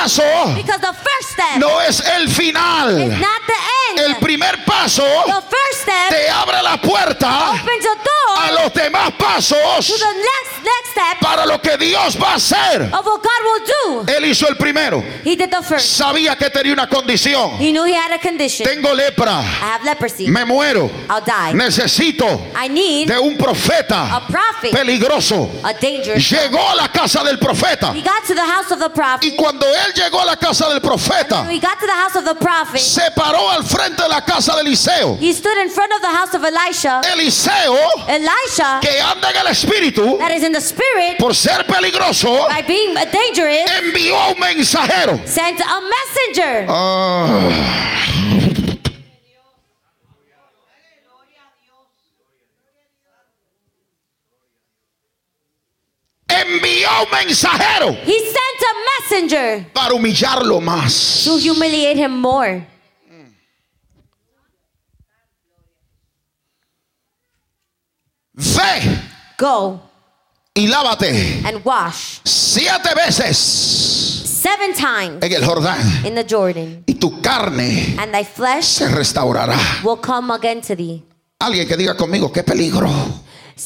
B: Because the first step
A: no es el
B: is
A: final.
B: not the
A: El
B: end.
A: primer paso
B: The first step
A: te abre la puerta
B: opens a
A: a
B: door
A: los demás
B: to
A: pasos
B: the Oh. next next step
A: para lo que Dios va a hacer.
B: of what God will do.
A: Él hizo el primero.
B: He did the first.
A: Sabía que tenía una condición.
B: He knew he had a condition.
A: Tengo lepra,
B: I have leprosy.
A: me muero,
B: I'll die.
A: necesito
B: I need
A: de un
B: a
A: profeta
B: prophet,
A: peligroso.
B: a dangerous.
A: Llegó a la casa del profeta
B: He got to the house of the prophet.
A: y cuando él llegó a la casa del profeta,
B: When he got to the house of the prophet,
A: se paró al frente de la casa de Eliseo.
B: he stood in front of the house of Elisha.
A: Eliseo,
B: Elisha,
A: que anda en el espíritu,
B: that is in the spirit,
A: por ser peligroso,
B: by being dangerous,
A: envió a un mensajero.
B: sent a
A: Uh.
B: messenger.
A: Ah. Envió un mensajero
B: He sent a messenger
A: para humillarlo más.
B: to humiliate him more.
A: Ve
B: Go
A: y lávate
B: and wash
A: siete veces
B: seven times
A: en el Jordán
B: in the Jordan,
A: y tu carne
B: and thy flesh
A: se restaurará.
B: will come again to thee.
A: Alguien que diga conmigo, qué peligro.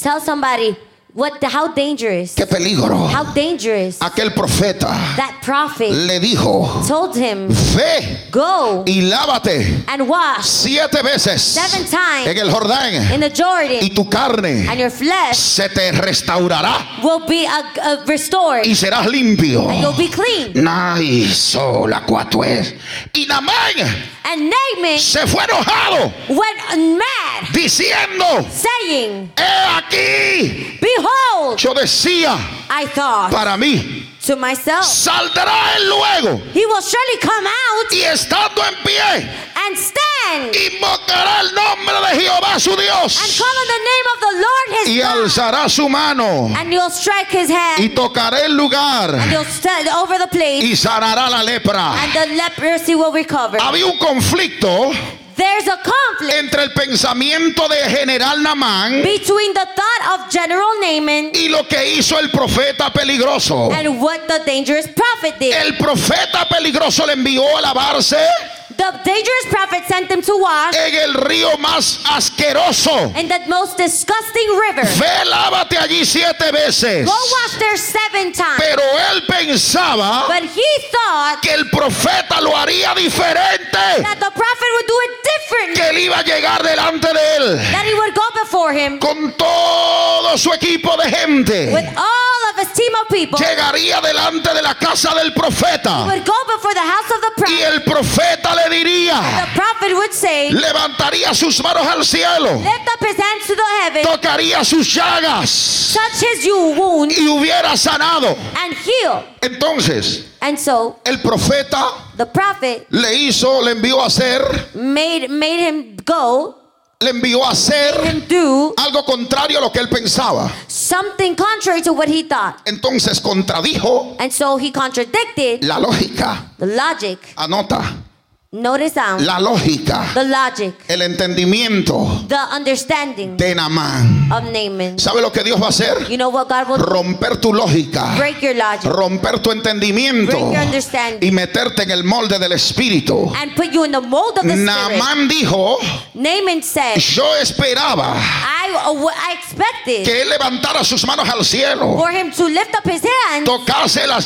B: Tell somebody, What the, how dangerous?
A: ¡Qué peligro!
B: How dangerous?
A: Aquel profeta
B: That prophet
A: le dijo,
B: told him,
A: ve
B: "Go
A: y lávate
B: and wash
A: siete veces
B: Seven times.
A: en el Jordán
B: in the
A: y
B: Jordan,
A: tu
B: and
A: carne
B: your flesh
A: se te restaurará
B: will be uh, uh, restored,
A: y serás limpio.
B: and you'll be clean."
A: Nice, hola cuatro es. Y Namán
B: And Naaman
A: se fue enojado
B: went mad,
A: diciendo,
B: saying,
A: he aquí,
B: "Behold,
A: yo decía,
B: I thought
A: para mí
B: to myself,
A: saldrá él luego
B: He will surely come out
A: y estando en pie
B: and stand
A: invocará el nombre de Jehová su
B: and
A: Dios
B: call on the name of the Lord
A: y
B: his God,
A: alzará su mano
B: and He'll strike His
A: y
B: hand,
A: tocará el
B: and
A: lugar
B: He'll stand over the place,
A: y sanará la lepra.
B: and the leprosy will recover."
A: Había un conflicto
B: There's a conflict
A: entre el pensamiento de general Namán
B: between the thought of General Naaman
A: y lo que hizo el profeta peligroso.
B: and what the dangerous prophet did.
A: Oh. El profeta peligroso le envió a lavarse
B: The dangerous prophet sent them to wash
A: en el río más asqueroso.
B: in that most disgusting river.
A: Ve, lávate allí siete veces.
B: Go wash there seven times.
A: Pero él pensaba
B: But he thought
A: que el profeta lo haría diferente,
B: that the prophet would do it differently,
A: que él iba a llegar delante de él
B: that he would go before him
A: con todo su equipo de
B: with
A: gente.
B: all of his team of people. He
A: Llegaría delante de la casa del profeta
B: would go before the house of the
A: y
B: prophet.
A: el profeta le
B: The
A: diría,
B: prophet would say,
A: levantaría sus manos al cielo,
B: Lift up his hands to the heaven,
A: tocaría sus llagas
B: touch his you- wound,
A: y hubiera sanado.
B: and heal.
A: Entonces,
B: And so
A: el profeta
B: the prophet
A: le hizo, le envió a hacer,
B: made made him go
A: le envió a hacer
B: him do
A: algo contrario a lo que él pensaba.
B: something contrary to what he thought.
A: Entonces contradijo
B: And so he contradicted
A: la lógica.
B: the logic.
A: Anota,
B: Notice down
A: la lógica,
B: the logic,
A: el entendimiento
B: the understanding
A: de Namán.
B: of Naaman.
A: ¿Sabe lo que Dios va a hacer?
B: You know what God will do?
A: Romper tu lógica,
B: break your logic
A: romper tu entendimiento
B: Break your understanding.
A: y meterte en el molde del espíritu.
B: and put you in the mold of the spirit.
A: Namán dijo,
B: Naaman said,
A: yo esperaba
B: I, I expected
A: que él levantara sus manos al cielo,
B: for him to lift up his hand,
A: tocase las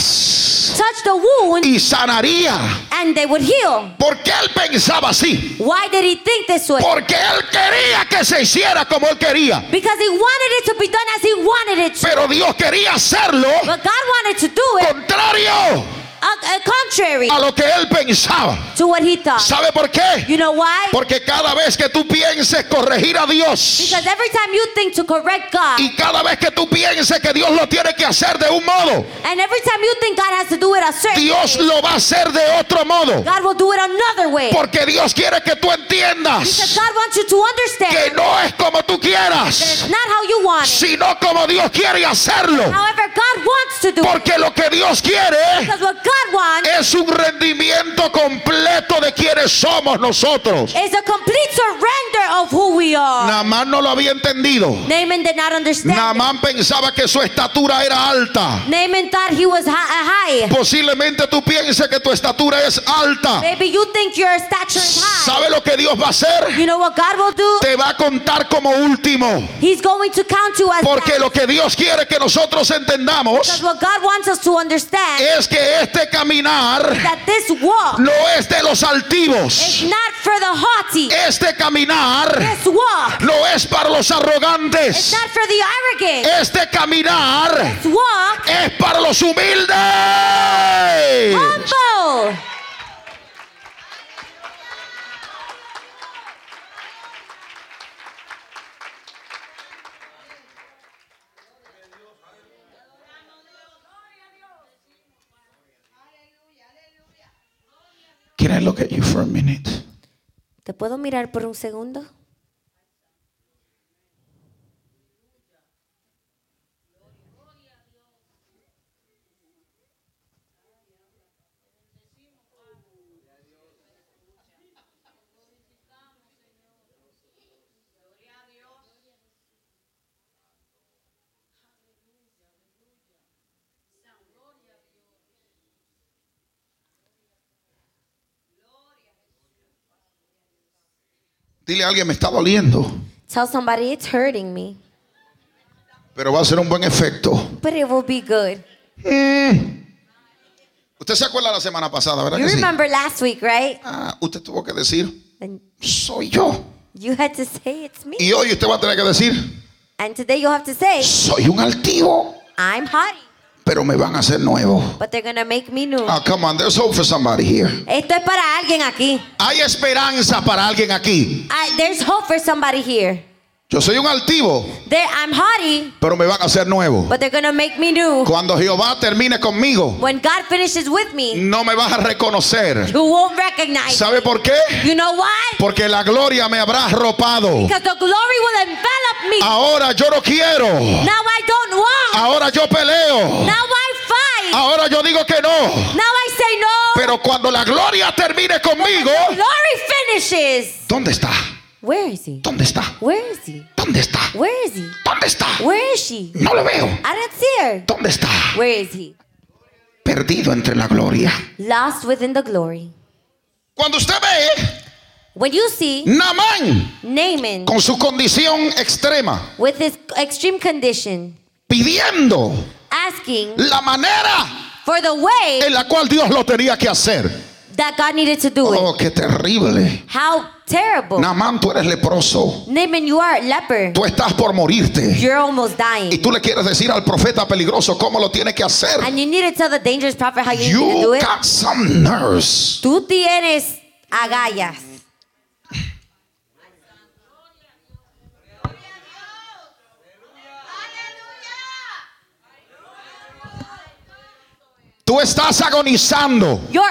A: llagas
B: touch the wound,
A: y sanaría.
B: and they would heal.
A: ¿Por qué él pensaba así?
B: Why did he think this way?
A: Porque él quería que se hiciera como él quería.
B: Because he wanted it to be done as he wanted it to.
A: Pero Dios quería hacerlo
B: But God wanted to do it
A: contrario
B: uh, uh, contrary
A: a lo que él pensaba.
B: to what he thought.
A: ¿Sabe por qué?
B: You know why?
A: Porque cada vez que tú pienses corregir a Dios
B: Because every time you think to correct God,
A: y cada vez que tú pienses que Dios lo tiene que hacer de un modo,
B: and every time you think God has to do it a certain
A: Dios
B: way,
A: lo va a hacer de otro modo.
B: God will do it another way.
A: Porque Dios quiere que tú
B: Because
A: entiendas
B: God wants you to understand
A: que
B: that
A: no es como tú
B: it's
A: quieras,
B: not how you want it.
A: sino como Dios quiere hacerlo.
B: However, God wants to do it.
A: Porque lo que Dios quiere
B: Because what God wants
A: es un rendimiento completo de quienes somos nosotros.
B: is a complete surrender of who we are.
A: Namán no lo había entendido.
B: Naaman did not understand.
A: Namán pensaba que su estatura era alta.
B: it. Naaman thought he was hi- uh, high.
A: Posiblemente tú pienses que tu estatura es alta.
B: Maybe you think your stature is high.
A: ¿Sabe lo que Dios va a hacer?
B: You know what God will do?
A: Te va a contar como último.
B: He's going to count you as
A: Porque
B: that.
A: lo que Dios quiere que nosotros
B: Because
A: entendamos
B: what God wants us to understand
A: es que este caminar
B: that this walk
A: no es de los altivos.
B: is not for the haughty.
A: Este caminar
B: This walk
A: no es para los
B: is
A: arrogantes.
B: not for the arrogant.
A: Este caminar
B: This walk
A: es para los humildes.
B: humble.
A: Can I look at you for a minute?
B: ¿Te puedo mirar por un segundo?
A: Dile a alguien, me está doliendo.
B: Tell somebody it's hurting me.
A: pero va a ser un buen efecto.
B: but it will be good.
A: Usted se acuerda la semana pasada, ¿verdad?
B: You
A: Que sí?
B: remember last week, right?
A: Ah, usted tuvo que decir,
B: And
A: soy yo.
B: you had to say it's me.
A: Y hoy usted va a tener que decir,
B: And today you'll have to say,
A: soy un altivo,
B: I'm haughty,
A: pero me van a hacer nuevo.
B: but they're going to make me new.
A: Ah, come on, there's hope for somebody here.
B: Esto es para alguien aquí.
A: Hay esperanza para alguien aquí.
B: I, there's hope for somebody here.
A: Yo soy un altivo,
B: There, I'm haughty,
A: pero me van a hacer nuevo.
B: but they're going to make me new.
A: Cuando Jehová termine conmigo,
B: When God finishes with me,
A: no me vas a reconocer.
B: you won't recognize.
A: ¿Sabe por qué?
B: You know why?
A: Porque la gloria me habrá arropado.
B: Because the glory will envelop me.
A: Ahora yo no quiero.
B: Now I don't want.
A: Ahora yo peleo.
B: Now I fight.
A: Ahora yo digo que no.
B: Now I say no.
A: Pero cuando la gloria termine conmigo,
B: Glory finishes.
A: ¿dónde está?
B: Where is he?
A: ¿Dónde está?
B: Where is he?
A: ¿Dónde está?
B: Where is he?
A: ¿Dónde está?
B: Where is she?
A: No lo veo.
B: I don't see her.
A: ¿Dónde está?
B: Where is he?
A: Perdido entre la gloria.
B: Lost within the glory.
A: Cuando usted ve
B: When you see
A: Naamán
B: Naaman
A: con su condición extrema
B: with his extreme condition
A: pidiendo
B: asking
A: la manera
B: for the way
A: en la cual Dios lo tenía que hacer.
B: that God needed to do it.
A: Oh, qué terrible.
B: How terrible.
A: Naamán, tú eres leproso.
B: Naaman, you are a leper.
A: Tú estás por morirte.
B: You're almost
A: Y
B: dying.
A: tú le quieres decir al profeta peligroso cómo lo tiene que hacer.
B: And you need to tell the dangerous prophet how you need to
A: You
B: do it.
A: got some nerves.
B: Tú tienes agallas.
A: Tú estás agonizando.
B: You're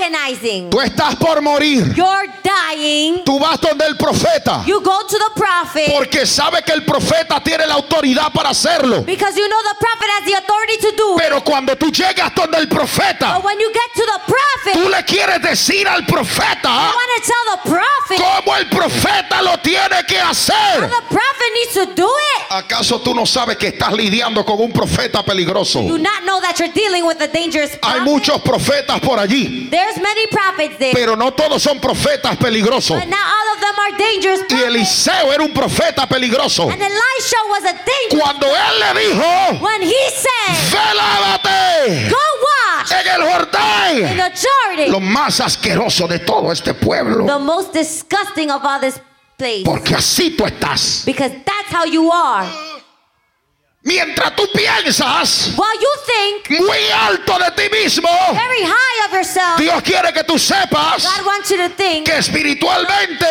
B: agonizing.
A: Tú estás por morir.
B: You're dying.
A: Tú vas donde el profeta.
B: You go to the prophet
A: Porque sabe que el profeta tiene la autoridad para hacerlo.
B: because you know the prophet has the authority to do it.
A: Pero cuando tú llegas donde el profeta,
B: But when you get to the prophet,
A: tú le quieres decir al
B: you
A: profeta
B: want to tell the prophet
A: cómo el profeta lo tiene que
B: how
A: hacer.
B: the prophet needs to do it.
A: ¿Acaso tú no sabes que estás lidiando con un profeta peligroso?
B: You not know that you're dealing with a dangerous
A: Hay
B: prophet.
A: muchos profetas por allí.
B: There's many prophets there,
A: Pero no todos son profetas peligrosos.
B: but not all of them are dangerous
A: Y
B: prophets.
A: Eliseo era un profeta peligroso.
B: And Elisha was a dangerous
A: Cuando él le dijo,
B: when he said,
A: ve lávate
B: "Go wash
A: en el
B: in
A: Jordán.
B: the Jordan."
A: Lo más asqueroso de todo este pueblo.
B: the most disgusting of all this place
A: Porque así tú estás.
B: because that's how you are.
A: Mientras tú piensas
B: While you think
A: muy alto de ti mismo,
B: very high of yourself,
A: Dios quiere que tú sepas
B: God wants you to think
A: que espiritualmente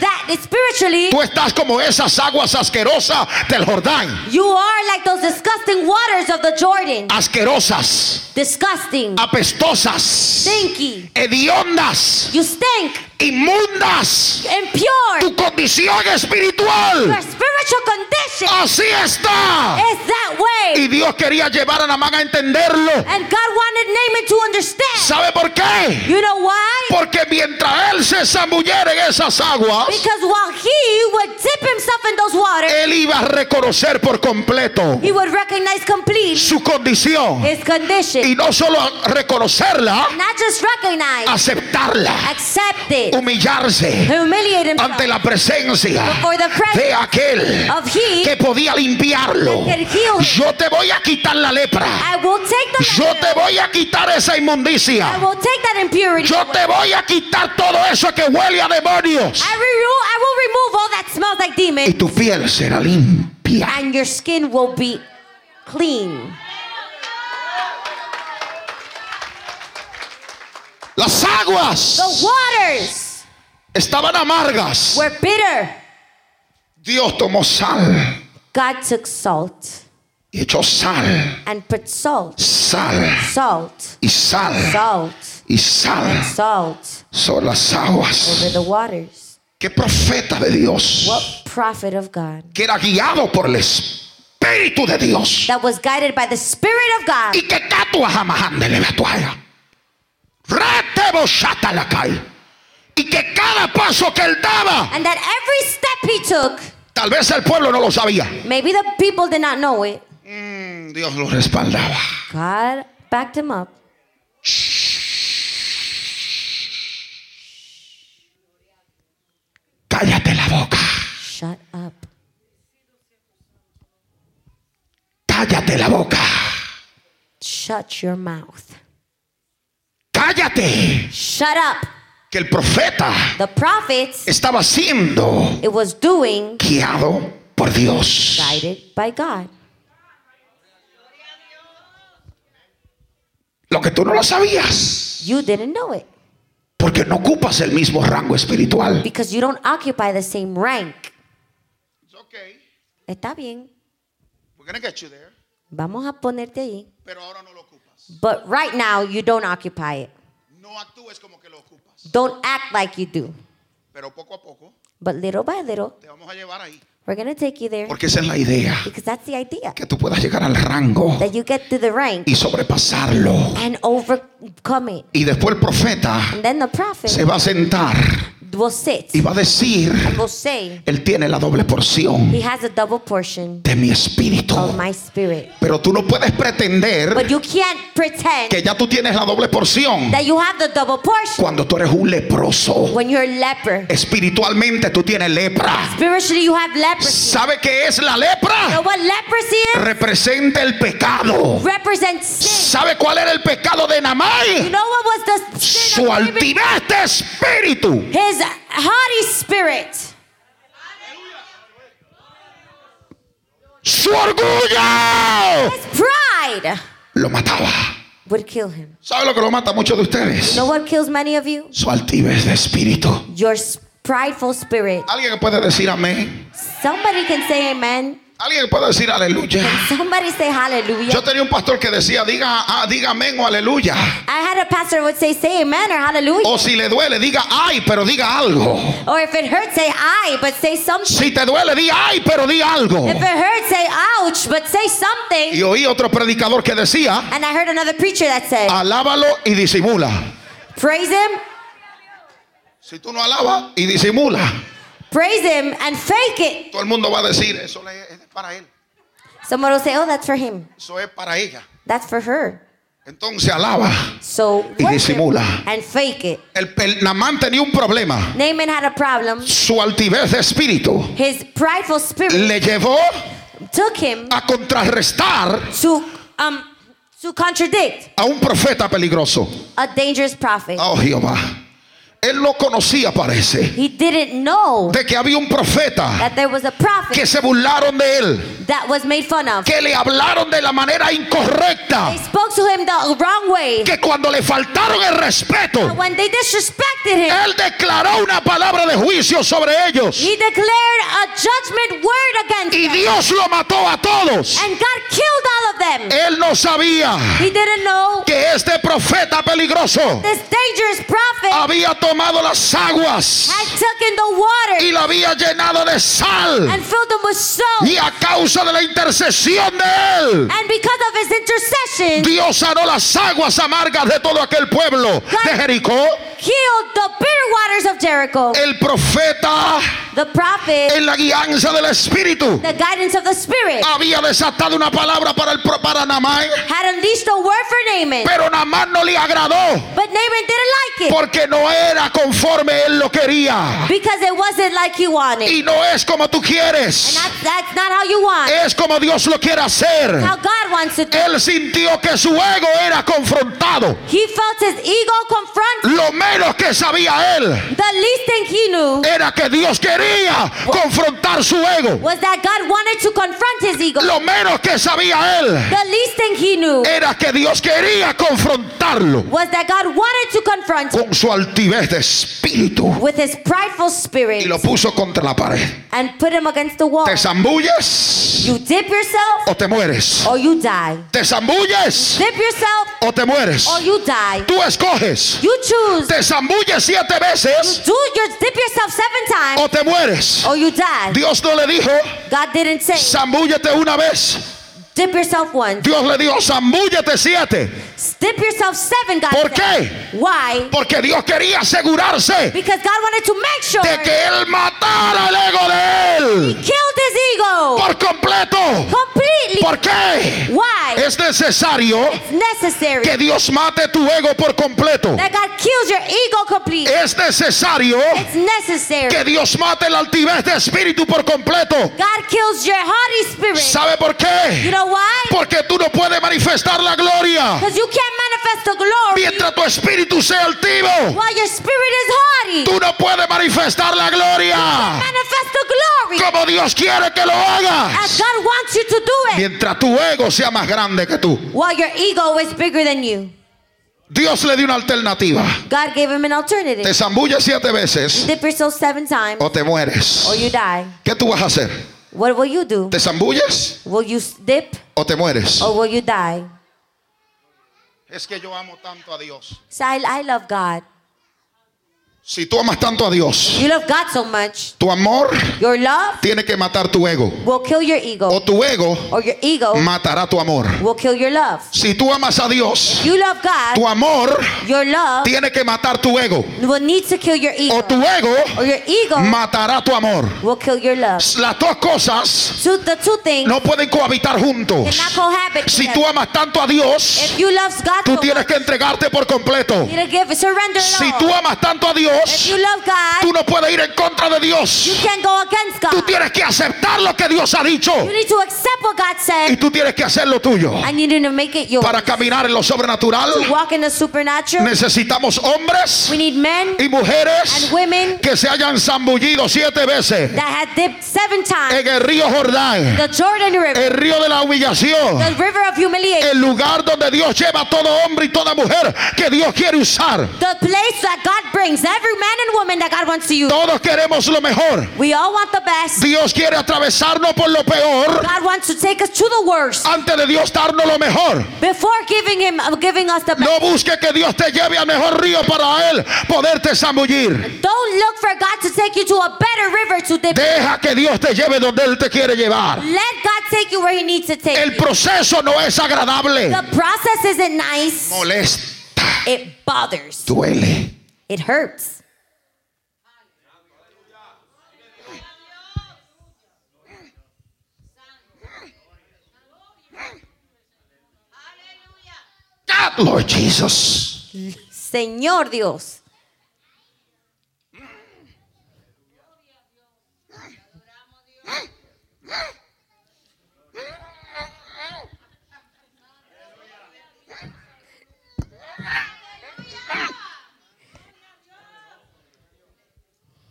B: that spiritually
A: tú estás como esas aguas asquerosas del Jordán.
B: you are like those disgusting waters of the Jordan.
A: Ah. Asquerosas,
B: Disgusting,
A: Ah. apestosas.
B: stinky.
A: hediondas,
B: You stink,
A: inmundas,
B: impure.
A: tu condición
B: Your
A: espiritual.
B: spiritual condition
A: Así está.
B: is that way.
A: Y Dios quería llevar a Namán a entenderlo.
B: And God wanted Naaman to understand.
A: ¿Sabe por qué?
B: You know why?
A: Porque mientras él se zambullera en esas aguas,
B: Because while he would dip himself in those waters,
A: él iba a reconocer por completo
B: he would recognize complete
A: su condición.
B: his condition.
A: Y no solo reconocerla,
B: not just recognize,
A: aceptarla,
B: accept it,
A: humillarse
B: humiliate himself
A: ante la presencia
B: before the presence
A: de aquel
B: of he.
A: que podía limpiarlo.
B: That can heal him.
A: Yo te voy a quitar la lepra.
B: I will take the
A: Yo te
B: letter.
A: voy a quitar esa
B: I
A: inmundicia.
B: will take that impurity.
A: Yo te voy a quitar todo eso que huele a demonios.
B: I, re- I will remove all that smells like
A: Y
B: demon,
A: tu piel será limpia.
B: and your skin will be clean.
A: Las aguas
B: The waters
A: estaban amargas.
B: were bitter.
A: Dios tomó sal
B: God took salt
A: y echó sal,
B: and put salt,
A: sal
B: salt,
A: y sal
B: salt,
A: y sal
B: salt
A: son las
B: over
A: aguas.
B: the waters.
A: Qué profeta de Dios
B: What prophet of God
A: que era guiado por el Espíritu de Dios.
B: that was guided by the Spirit of God?
A: y que catua jamajande le toalla. Rete bochata la calle. Y que cada paso que él daba,
B: And that every step he took,
A: tal vez el pueblo no lo sabía.
B: maybe the people did not know it.
A: Mm, Dios lo respaldaba.
B: God backed him up.
A: Cállate la boca.
B: Shut up.
A: boca.
B: Shut your mouth.
A: Cállate.
B: Shut up.
A: Que el profeta
B: The prophet,
A: estaba siendo
B: it was doing
A: guiado por Dios.
B: guided by God.
A: Lo que tú no lo sabías.
B: You didn't know it
A: Porque no ocupas el mismo rango espiritual.
B: because you don't occupy the same rank. Está bien. Vamos a ponerte ahí.
D: pero ahora no lo ocupas.
B: But right now, you don't occupy it.
D: No actúes como que lo ocupas,
B: Don't act like you do.
D: pero poco a poco
B: But little by little,
D: te vamos a llevar ahí.
B: we're going to take you there
A: Porque esa es la idea.
B: because that's the idea
A: Que tú puedas llegar al rango
B: that you get to the rank
A: y sobrepasarlo.
B: and overcome it.
A: Y después el profeta
B: And then the prophet
A: se va a sentar
B: will sit
A: y va a decir,
B: and will say,
A: Él tiene la doble porción
B: He has a double portion
A: de mi espíritu.
B: of my spirit.
A: Pero tú no puedes pretender
B: But you can't pretend
A: que ya tú tienes la doble porción
B: that you have the double portion
A: cuando tú eres un leproso.
B: when you're a leper.
A: Espiritualmente tú tienes lepra.
B: Spiritually, you have leprosy.
A: ¿Sabe qué es la
B: You know
A: lepra?
B: what leprosy is?
A: Representa el pecado.
B: Represents sin.
A: ¿Sabe cuál era el pecado de
B: You
A: Namai?
B: know what was the sin
A: Su
B: of David?
A: altivez de espíritu.
B: His haughty spirit.
A: Su orgullo.
B: His pride
A: Lo mataba.
B: would kill him.
A: ¿Sabe lo que lo mata a muchos de
B: You
A: ustedes?
B: know what kills many of you?
A: Su altivez de espíritu.
B: Your s- prideful spirit.
A: Alguien que puede decir amén.
B: Somebody can say amen.
A: Alguien que puede decir aleluya.
B: Somebody say hallelujah.
A: Yo tenía un pastor que decía, diga, ah, diga amén o aleluya.
B: I had a pastor who would say, say amen or hallelujah.
A: O si le duele, diga ay, pero diga algo.
B: Or if it hurts, say I, but say something.
A: Si te duele, di ay, pero di algo.
B: If it hurts, say ouch, but say something.
A: Y oí otro predicador que decía,
B: And I heard another preacher that said,
A: Ah. alábalo y disimula.
B: praise him,
A: Si tú no alabas y disimula,
B: praise him, and fake it.
A: todo el mundo va a decir eso.
D: Eso le- es para él,
B: Someone will say, oh, that's for him.
D: eso es para ella.
B: That's for her.
A: Entonces alaba.
B: So
A: Y
B: worship
A: disimula.
B: and fake it.
A: El, el Namán tenía un problema.
B: Naaman had a problem.
A: Su altivez de espíritu
B: His prideful spirit
A: le llevó
B: took him
A: a contrarrestar
B: to um to contradict
A: a un profeta peligroso.
B: a dangerous prophet.
A: Oh Jehová. Él no conocía, parece,
B: He didn't know
A: de que había un profeta
B: that there was a
A: que
B: prophet
A: se burlaron de él,
B: that was made fun of.
A: que le hablaron de la manera incorrecta,
B: They spoke to him the wrong way.
A: que cuando le faltaron el respeto,
B: When they disrespected him,
A: él declaró una palabra de juicio sobre ellos
B: he declared a judgment word against
A: y
B: them.
A: Dios lo mató a todos.
B: And God killed all of them.
A: Él no sabía
B: He didn't know
A: que este profeta peligroso
B: this dangerous prophet
A: había tomado las aguas
B: had taken the water
A: y la había llenado de sal
B: and filled them with salt.
A: y a causa de la intercesión de él.
B: And because of his intercession,
A: Dios sanó las aguas amargas de todo aquel pueblo de Jericó.
B: killed the bitter waters of Jericho.
A: El profeta,
B: The prophet,
A: en la guianza del Espíritu,
B: the guidance of the Spirit,
A: había desatado una palabra para el pro- para Namán,
B: had unleashed a word for Naaman.
A: pero Namán no le agradó
B: But Naaman didn't like it
A: porque no era conforme él lo quería.
B: because it wasn't like he wanted.
A: Y no es como tú
B: And
A: quieres,
B: that's, that's not how you want.
A: es como Dios lo quiere hacer.
B: How God wants to do.
A: Él sintió que su ego era confrontado.
B: He felt his ego confront.
A: Lo menos que sabía él
B: The least thing he knew
A: era que Dios quería confrontar su ego.
B: was that God wanted to confront his ego.
A: Lo menos que sabía él
B: The least thing he knew
A: era que Dios quería confrontarlo
B: was that God wanted to confront him
A: con su altivez de espíritu
B: with his prideful
A: y
B: spirit
A: lo puso contra la pared.
B: and put him against the wall.
A: ¿Te zambulles
B: You dip yourself
A: o te mueres?
B: or you die.
A: ¿Te zambulles
B: Dip yourself
A: o te mueres?
B: or you die.
A: Tú escoges.
B: You choose.
A: ¿Te zambulles siete veces
B: Do your dip yourself seven times
A: o te mueres?
B: or you die.
A: Dios no le dijo,
B: God didn't say
A: zambúllete una vez.
B: dip yourself once.
A: Dios le dijo, zambúllete siete.
B: Dip yourself seven, God
A: ¿Por
B: said.
A: qué?
B: Why?
A: Porque Dios quería asegurarse
B: Because God wanted to make sure
A: de que él matara el ego de él.
B: he killed his ego
A: por completo.
B: completely.
A: ¿Por qué?
B: Why?
A: Es necesario
B: It's necessary
A: que Dios mate tu ego por completo.
B: that God kills your ego completely.
A: Es necesario
B: It's necessary.
A: que Dios mate la altivez de espíritu por completo.
B: God kills your haughty spirit.
A: ¿Sabe por
B: You
A: qué?
B: know why?
A: Porque tú no puedes manifestar la gloria
B: Because you can't manifest the glory
A: mientras tu espíritu sea altivo.
B: while your spirit is haughty.
A: Tú no puedes manifestar la gloria
B: Manifest the glory
A: como Dios quiere que lo
B: as
A: hagas.
B: God wants you to do it
A: Mientras tu ego sea más grande que tú.
B: while your ego is bigger than you.
A: Dios le dio una alternativa.
B: God gave him an
A: Te Oh.
B: alternative.
A: zambulles siete veces
B: Dip yourself seven times
A: o te mueres.
B: or you die.
A: ¿Qué tú vas a hacer?
B: What will you do?
A: ¿Te zambulles
B: Will you s- dip
A: o te mueres?
B: or will you die?
D: Es que yo amo tanto a Dios.
B: So I, I love God.
A: Si tú amas tanto a Dios,
B: You love God so much.
A: tu amor
B: Your love
A: tiene que matar tu ego.
B: will kill your ego,
A: O tu ego
B: or your ego
A: matará tu amor.
B: will kill your love.
A: Si tú amas a Dios,
B: You love
A: tu
B: God,
A: amor
B: your love
A: tiene que matar tu ego.
B: will need to kill
A: O
B: your ego,
A: tu ego
B: or your ego
A: matará tu amor.
B: will kill your love.
A: Las dos cosas
B: Two, the two things
A: no pueden cohabitar juntos.
B: cannot cohabit.
A: Si tú
B: together.
A: amas tanto a Dios,
B: If you love God,
A: tú
B: so
A: tienes
B: much,
A: que entregarte por completo.
B: you need to give it, surrender it
A: Si
B: all.
A: tú amas tanto a
B: If
A: Dios,
B: you love God,
A: tú no puedes ir en contra de
B: you
A: Dios.
B: can't go against
A: Tú
B: God.
A: tienes que aceptar lo que Dios ha dicho
B: You need to accept what God
A: y
B: said,
A: tú tienes que hacer lo tuyo.
B: and you need to make it yours.
A: Para caminar en lo sobrenatural
B: To walk in the supernatural,
A: necesitamos hombres
B: we need men
A: y mujeres
B: and women
A: que se hayan zambullido siete veces
B: that had dipped seven times
A: en el río Jordán,
B: the Jordan River,
A: el río de la humillación,
B: the river of humiliation.
A: el lugar donde Dios lleva a todo hombre y toda mujer que Dios quiere usar.
B: The place that God brings every man and woman that God wants to use.
A: Todos queremos lo mejor.
B: We all want the best.
A: Dios quiere atravesarnos por lo peor
B: God wants to take us to the worst
A: antes de Dios darnos lo mejor.
B: before giving him uh, giving us the best.
A: No busque que Dios te lleve al mejor río para Él poderte zambullir.
B: Don't look for God to take you to a better river to dip.
A: Deja que Dios te lleve donde Él te quiere llevar.
B: Let God take you where He needs to take
A: El
B: you.
A: proceso no es agradable.
B: The process isn't nice.
A: Molesta.
B: It bothers.
A: Duele.
B: It hurts.
A: God, Lord Jesus.
B: Señor Dios.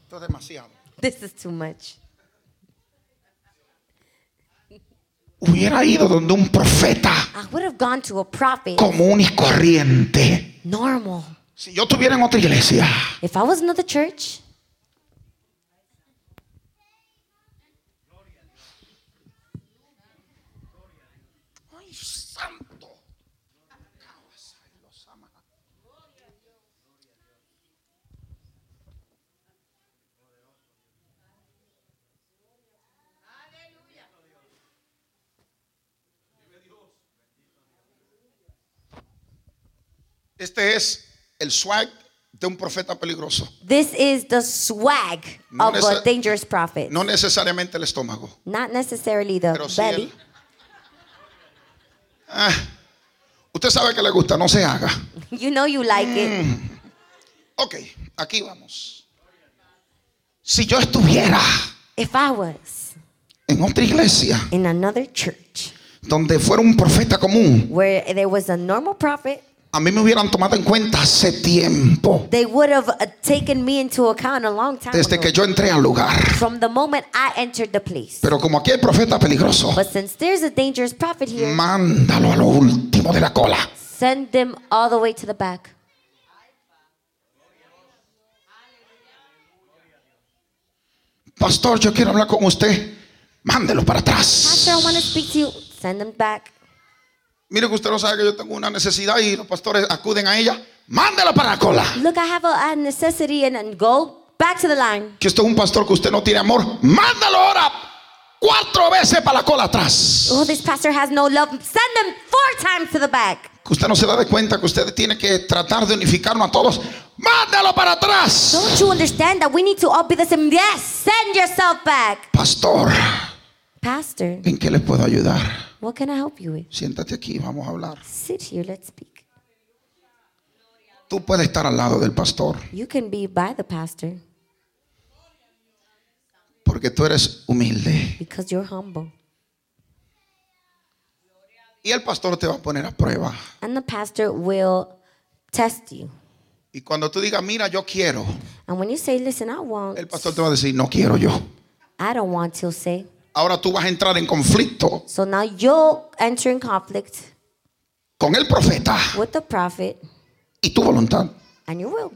D: Esto es demasiado.
B: This is too much.
A: Hubiera ido donde un profeta
B: I would have gone to a prophet.
A: común y corriente.
B: Normal.
A: Si yo estuviera en otra iglesia,
B: If I was another church,
A: ¡ay, santo!
D: Este es el swag de un profeta peligroso.
B: This is the swag
D: No
B: of a
D: necesa-
B: dangerous prophet.
D: No necesariamente el estómago.
B: Not necessarily the
D: Pero sí
B: belly.
D: el- Ah, usted sabe que le gusta, no se haga.
B: [laughs] You know you like
A: Mm.
B: it.
D: Ok, aquí vamos.
A: Si yo estuviera
B: If I was
A: en otra iglesia
B: in another church
A: donde fuera un profeta común,
B: where there was a normal prophet,
A: a mí me hubieran tomado en cuenta hace tiempo,
B: they would have uh, taken me into account a long time
A: desde
B: ago.
A: que yo entré al lugar.
B: From the moment I entered the place.
A: Pero como aquí hay profeta peligroso,
B: But since there's a dangerous prophet here,
A: mándalo a lo último de la cola.
B: send them all the way to the back.
A: Pastor, yo quiero hablar con usted. Mándelo para atrás.
B: Pastor, I want to speak to you. Send them back.
D: Mire que usted no sabe que yo tengo una necesidad y los pastores acuden a ella.
A: Mándelo para la cola.
B: Look, I have a, a necessity and, and go back to the line.
A: Que usted es un pastor que usted no tiene amor. Mándalo ahora cuatro veces para la cola atrás.
B: Oh, this pastor has no love. Send them four times to the back.
A: Que usted no se da de cuenta que usted tiene que tratar de unificarnos a todos. Mándalo para atrás.
B: Don't you understand that we need to all be the same? Yes, send yourself back.
A: Pastor,
B: Pastor,
A: ¿en qué le puedo ayudar?
B: what can I help you with?
A: Siéntate aquí, vamos a hablar.
B: Sit here, let's speak.
A: Tú puedes estar al lado del pastor
B: You can be by the pastor
A: porque tú eres humilde.
B: because you're humble.
A: Y el pastor te va a poner a prueba.
B: And the pastor will test you.
A: Y cuando tú digas, mira, yo quiero,
B: And when you say, listen, I want,
A: el pastor te va a decir, no quiero yo.
B: I don't want, he'll say.
A: Ahora tú vas a entrar en conflicto
B: So now you'll enter in conflict
A: con el profeta
B: with the prophet
A: y tu voluntad.
B: and your will.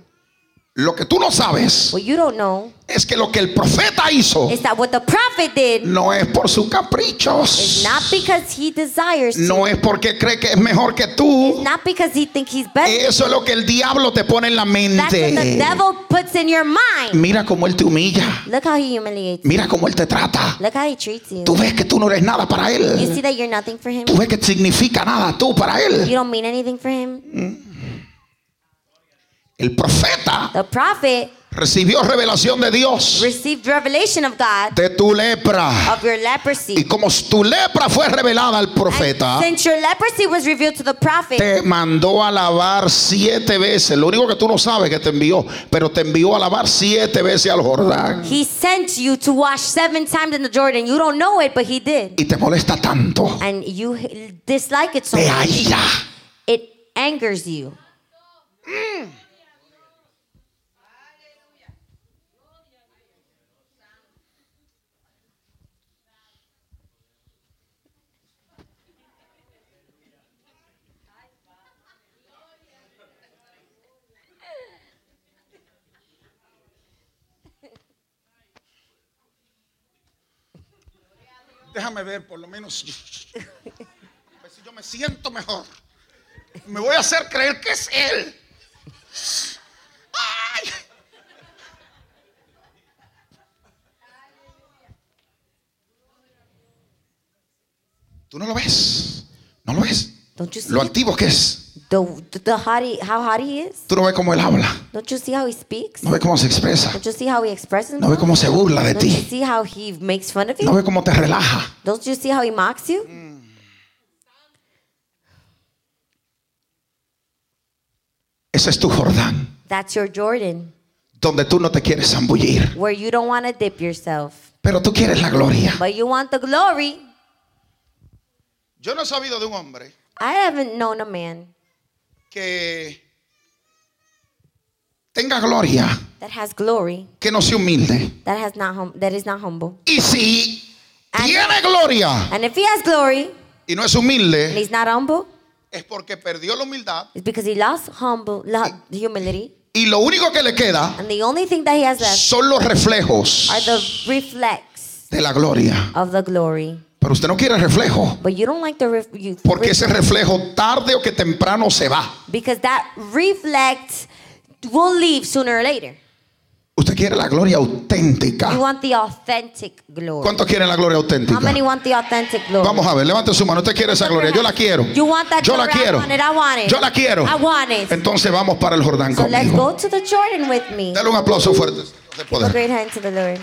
A: Lo que tú no sabes
B: What you don't know
A: es que lo que el profeta hizo
B: is that what the prophet did
A: no es por sus
B: is
A: caprichos,
B: not because he desires to,
A: no es porque cree que es mejor que tú.
B: not because he thinks he's better.
A: Eso es lo que el diablo te pone en la
B: That's what the
A: mente.
B: devil puts in your mind.
A: Mira cómo él te humilla.
B: Look how he humiliates.
A: Mira cómo él te trata.
B: Look how he treats you.
A: Tú ves que tú no eres nada para
B: You see
A: él.
B: that you're nothing for him.
A: Tú ves que significa nada tú para
B: You
A: él.
B: don't mean anything for him.
A: El profeta
B: The prophet
A: recibió revelación de Dios
B: received revelation of God
A: de tu lepra.
B: of your
A: Y
B: leprosy.
A: como tu lepra fue revelada al profeta,
B: Since your leprosy was revealed to the prophet,
A: te mandó a lavar siete veces. Lo único que tú no sabes es que te envió, pero te envió a lavar siete veces al Jordán.
B: he sent you to wash seven times in the Jordan. You don't know it, but he did.
A: Y te molesta tanto.
B: And you h- dislike it so
A: Te
B: much.
A: aira.
B: It angers you.
D: Déjame ver, por lo menos. A
A: pues,
D: ver si yo me siento mejor. Me voy a hacer creer que es él. ¡Ay!
A: Tú no lo ves. No lo ves.
B: Don't you see
A: Lo
B: it?
A: activo que es.
B: The, the hot he, how hot he is?
A: Tú no ves cómo él habla.
B: Don't you see how he speaks?
A: No ves cómo se expresa.
B: Don't you see how he expresses
A: No ves
B: himself?
A: cómo se burla de
B: Don't you
A: ti.
B: see how he makes fun of
A: No
B: you?
A: ves cómo te relaja.
B: Don't you see how he mocks you?
A: Ese es tu Jordán.
B: That's your Jordan,
A: Donde tú no te quieres zambullir.
B: where you don't want to dip yourself,
A: Pero tú quieres la gloria.
B: but you want the glory.
D: Yo no he sabido de un hombre
B: I haven't known a man
D: que
A: Tenga gloria.
B: that has glory
A: Que no se humilde.
B: that has not hum- that is not humble.
A: Y si
B: And-
A: tiene gloria
B: And if he has glory
A: y no es
B: and
A: humilde,
B: he's not humble,
D: es porque perdió la humildad
B: it's because he lost humble lo- humility,
A: y lo único que le queda
B: and the only thing that he has left
A: son los reflejos
B: are the reflex
A: de la gloria.
B: of the glory.
A: Pero usted no quiere reflejo.
B: But you don't like the ref- you,
A: Porque ese reflejo tarde o que temprano se va.
B: because that reflex will leave sooner or later.
A: Usted quiere la gloria
B: You
A: auténtica.
B: want the authentic glory.
A: ¿Cuántos quieren la gloria
B: How many
A: auténtica?
B: want the authentic glory?
A: Vamos a ver, levante su mano. Usted quiere esa gloria. Yo la quiero.
B: You want that
A: Yo la
B: glory? I
A: quiero.
B: want it, I want it.
A: Yo la quiero.
B: I want it.
A: Entonces vamos para el Jordán
B: So let's
A: conmigo.
B: go to the Jordan with me.
A: Dale un aplauso fuerte. de
B: Give a
A: poder.
B: great hand to the Lord.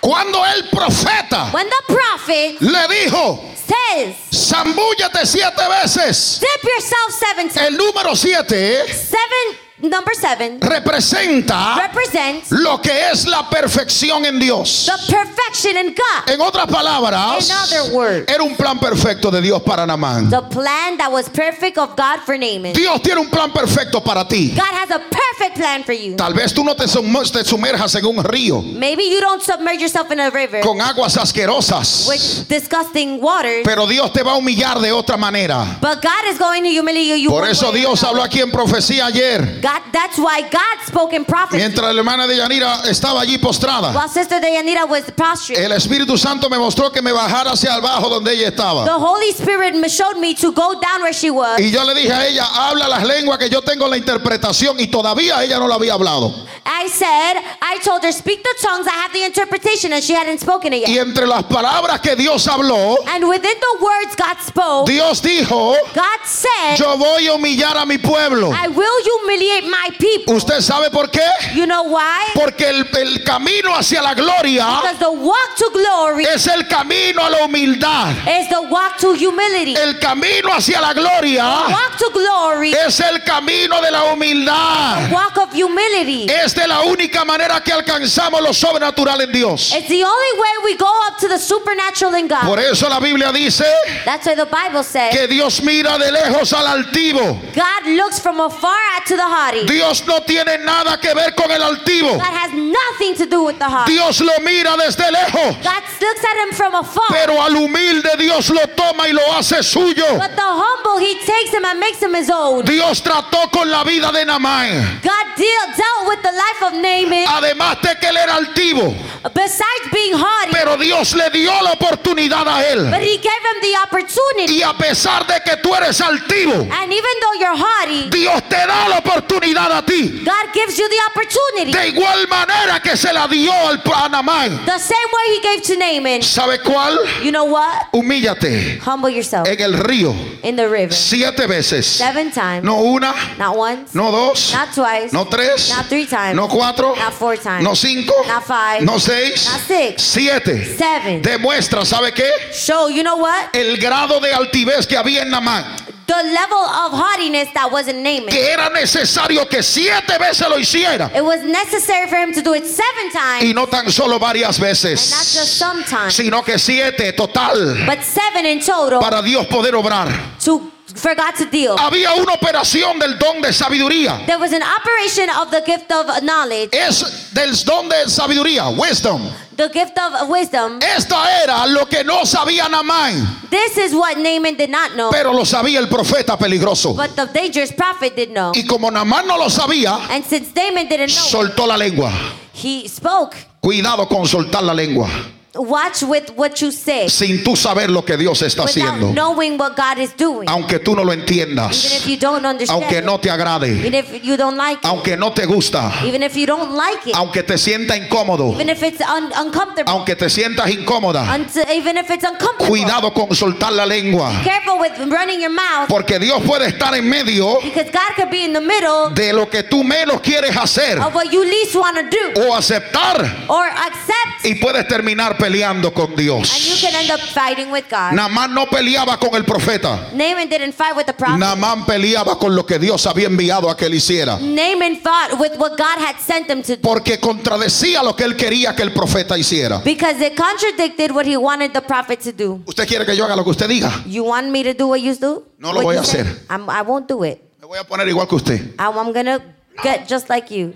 A: Cuando el profeta
B: When the prophet
A: le dijo,
B: says,
A: zambúllate siete veces.
B: dip yourself seven times,
A: El número siete
B: seven, number seven,
A: representa
B: represents
A: lo que es la perfección en Dios.
B: the perfection in God.
A: En otras palabras,
B: In other words.
A: era un plan perfecto de Dios para Namán.
B: The plan that was perfect of God for Naaman.
A: Dios tiene un plan perfecto para ti.
B: God has a perfect plan for you.
A: Tal vez tú no te, sum- te sumerjas en un río
B: Maybe you don't submerge yourself in a river
A: con aguas asquerosas,
B: with disgusting waters,
A: pero Dios te va a humillar de otra manera.
B: but God is going to humiliate you. you
A: Por
B: one
A: eso
B: way or
A: Dios
B: another.
A: habló aquí en profecía ayer,
B: God, that's why God spoke in prophecy.
A: mientras la hermana de Yanira estaba allí postrada.
B: While Sister Dayanira was prostrate,
A: El Espíritu Santo me mostró que me bajara hacia abajo donde ella
B: the
A: estaba.
B: Holy Spirit me showed me to go down where she was.
A: Y yo le dije a ella, habla las lenguas que yo tengo la interpretación y todavía ella no la había hablado.
B: I said, I told her, speak the tongues. I have the interpretation, and she hadn't spoken it
A: Y
B: yet.
A: entre las palabras que Dios habló,
B: And within the words God spoke,
A: Dios dijo,
B: God said,
A: yo voy a humillar a mi pueblo.
B: I will humiliate my people.
A: ¿Usted sabe por qué?
B: You know why?
A: Porque el, el camino hacia la gloria
B: Because the walk to glory
A: es el camino a la humildad.
B: is the walk to humility.
A: El camino hacia la gloria
B: Walk to glory,
A: es el camino de la humildad.
B: walk of humility.
A: Es de la única manera que alcanzamos lo sobrenatural en Dios.
B: It's the only way we go up to the supernatural in
A: Por
B: God.
A: eso la Biblia dice
B: That's why the Bible says
A: que Dios mira de lejos al altivo.
B: God looks from afar at to the haughty.
A: Dios no tiene nada que ver con el altivo.
B: God has nothing to do with the haughty.
A: Dios lo mira desde lejos.
B: God looks at him from afar.
A: Pero al humilde Dios lo toma y lo hace suyo.
B: But the humble, he takes him and makes him his own.
A: Dios trató con la vida de Namán.
B: God deal, dealt with the life of Naaman
A: Además de que él era altivo.
B: besides being haughty,
A: Pero Dios le dio la oportunidad a
B: but
A: él.
B: he gave him the opportunity.
A: Y a pesar de que tú eres altivo,
B: And even though you're haughty,
A: Dios te da la oportunidad a ti.
B: God gives you the opportunity
A: De igual manera que se la dio al a Namán.
B: the same way he gave to Naaman.
A: ¿Sabe cuál?
B: You know what?
A: Humíllate
B: Humble yourself
A: en el río
B: in the river
A: siete veces.
B: seven times,
A: No una,
B: not once,
A: no dos,
B: not twice,
A: no tres,
B: Not three times.
A: no cuatro,
B: Not four times.
A: no cinco,
B: Not five.
A: no seis,
B: Not six.
A: siete.
B: seven.
A: Demuestra, ¿sabe qué?
B: So you know what?
A: El grado de altivez que había en Namán.
B: The level of haughtiness that wasn't Naaman.
A: Que era necesario que siete veces lo hiciera.
B: It was necessary for him to do it seven times,
A: Y no tan solo varias
B: and not just
A: veces,
B: sometimes,
A: sino que siete total
B: but seven in total
A: para Dios poder obrar.
B: to for God to deal.
A: Había una operación del don de sabiduría.
B: There was an operation of the gift of knowledge,
A: Es del don de sabiduría, wisdom.
B: the gift of wisdom.
A: Eh. Esta era lo que no sabía Namán,
B: This is what Naaman did not know,
A: pero lo sabía el profeta peligroso.
B: but the dangerous prophet did know.
A: Y como Namán no lo sabía,
B: And since Naaman didn't know,
A: soltó la lengua.
B: he spoke.
A: Cuidado con soltar la lengua
B: Watch with what you say
A: sin tú saber lo que Dios está
B: without
A: haciendo.
B: knowing what God is doing.
A: Aunque tú no lo
B: Even if
A: entiendas,
B: you don't understand,
A: aunque
B: it,
A: no te agrade,
B: even if you don't like it,
A: aunque no te gusta,
B: even if you don't like it,
A: aunque te sienta incómodo,
B: even if it's un- uncomfortable,
A: aunque te sientas incómoda,
B: unto- even if it's uncomfortable.
A: cuidado con soltar la lengua,
B: Careful with running your mouth
A: porque Dios puede estar en medio
B: because God could be in the middle
A: de lo que tú menos quieres hacer
B: of what you least want to do
A: o aceptar
B: or accept,
A: y puedes terminar peleando con
B: and you
A: Dios.
B: can end up fighting with God.
A: Namán no peleaba con el profeta.
B: Naaman didn't fight with the prophet.
A: Namán peleaba con lo que Dios había enviado a que él hiciera.
B: Naaman fought with what God had sent him to do
A: Porque contradecía lo que él quería que el profeta hiciera.
B: because it contradicted what he wanted the prophet to do.
A: ¿Usted quiere que yo haga lo que usted diga?
B: You want me to do what you do?
A: No lo
B: What
A: voy
B: you
A: a
B: say?
A: hacer.
B: I'm, I won't do it.
A: Me voy a poner igual que usted.
B: I'm, I'm gonna get just like you,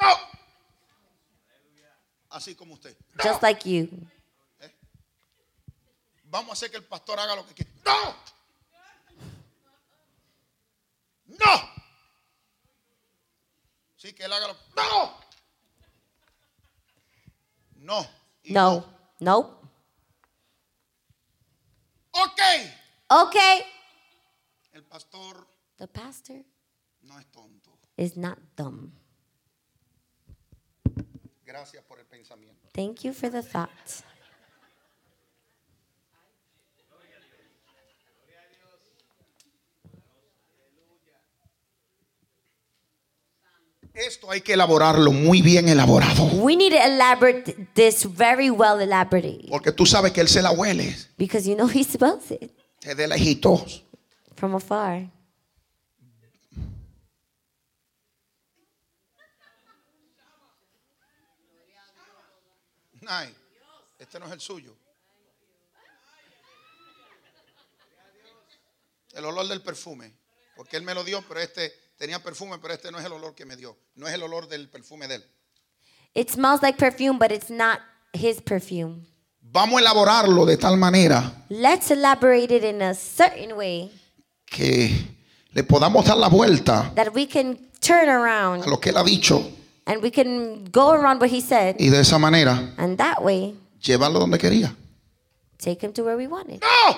A: No. Así como usted.
B: just like you.
A: Vamos a hacer que el pastor haga lo que quiera. No. No. Sí, que él haga lo No. No. Y
B: No, nope.
A: Ok.
B: Okay.
A: El pastor
B: The pastor
A: no es tonto.
B: is not dumb.
A: Gracias por el pensamiento.
B: Thank you for the thought.
A: Esto hay que elaborarlo muy bien elaborado.
B: We need to elaborate this very well elaborated
A: Porque tú sabes que él se la huele.
B: because you know he [laughs] smells it
A: Te deleitó.
B: from afar.
A: Ay, este no es el suyo. El olor del perfume. Porque él me lo dio, pero este tenía perfume, pero este no es el olor que me dio. No es el olor del perfume de él.
B: It smells like perfume, but it's not his perfume.
A: Vamos a elaborarlo de tal manera
B: Let's elaborate it in a certain way
A: que le podamos dar la vuelta
B: that we can turn around
A: a lo que él ha dicho
B: and we can go around what he said
A: y de esa manera
B: and that way
A: llevarlo donde quería.
B: take him to where we wanted.
A: ¡No!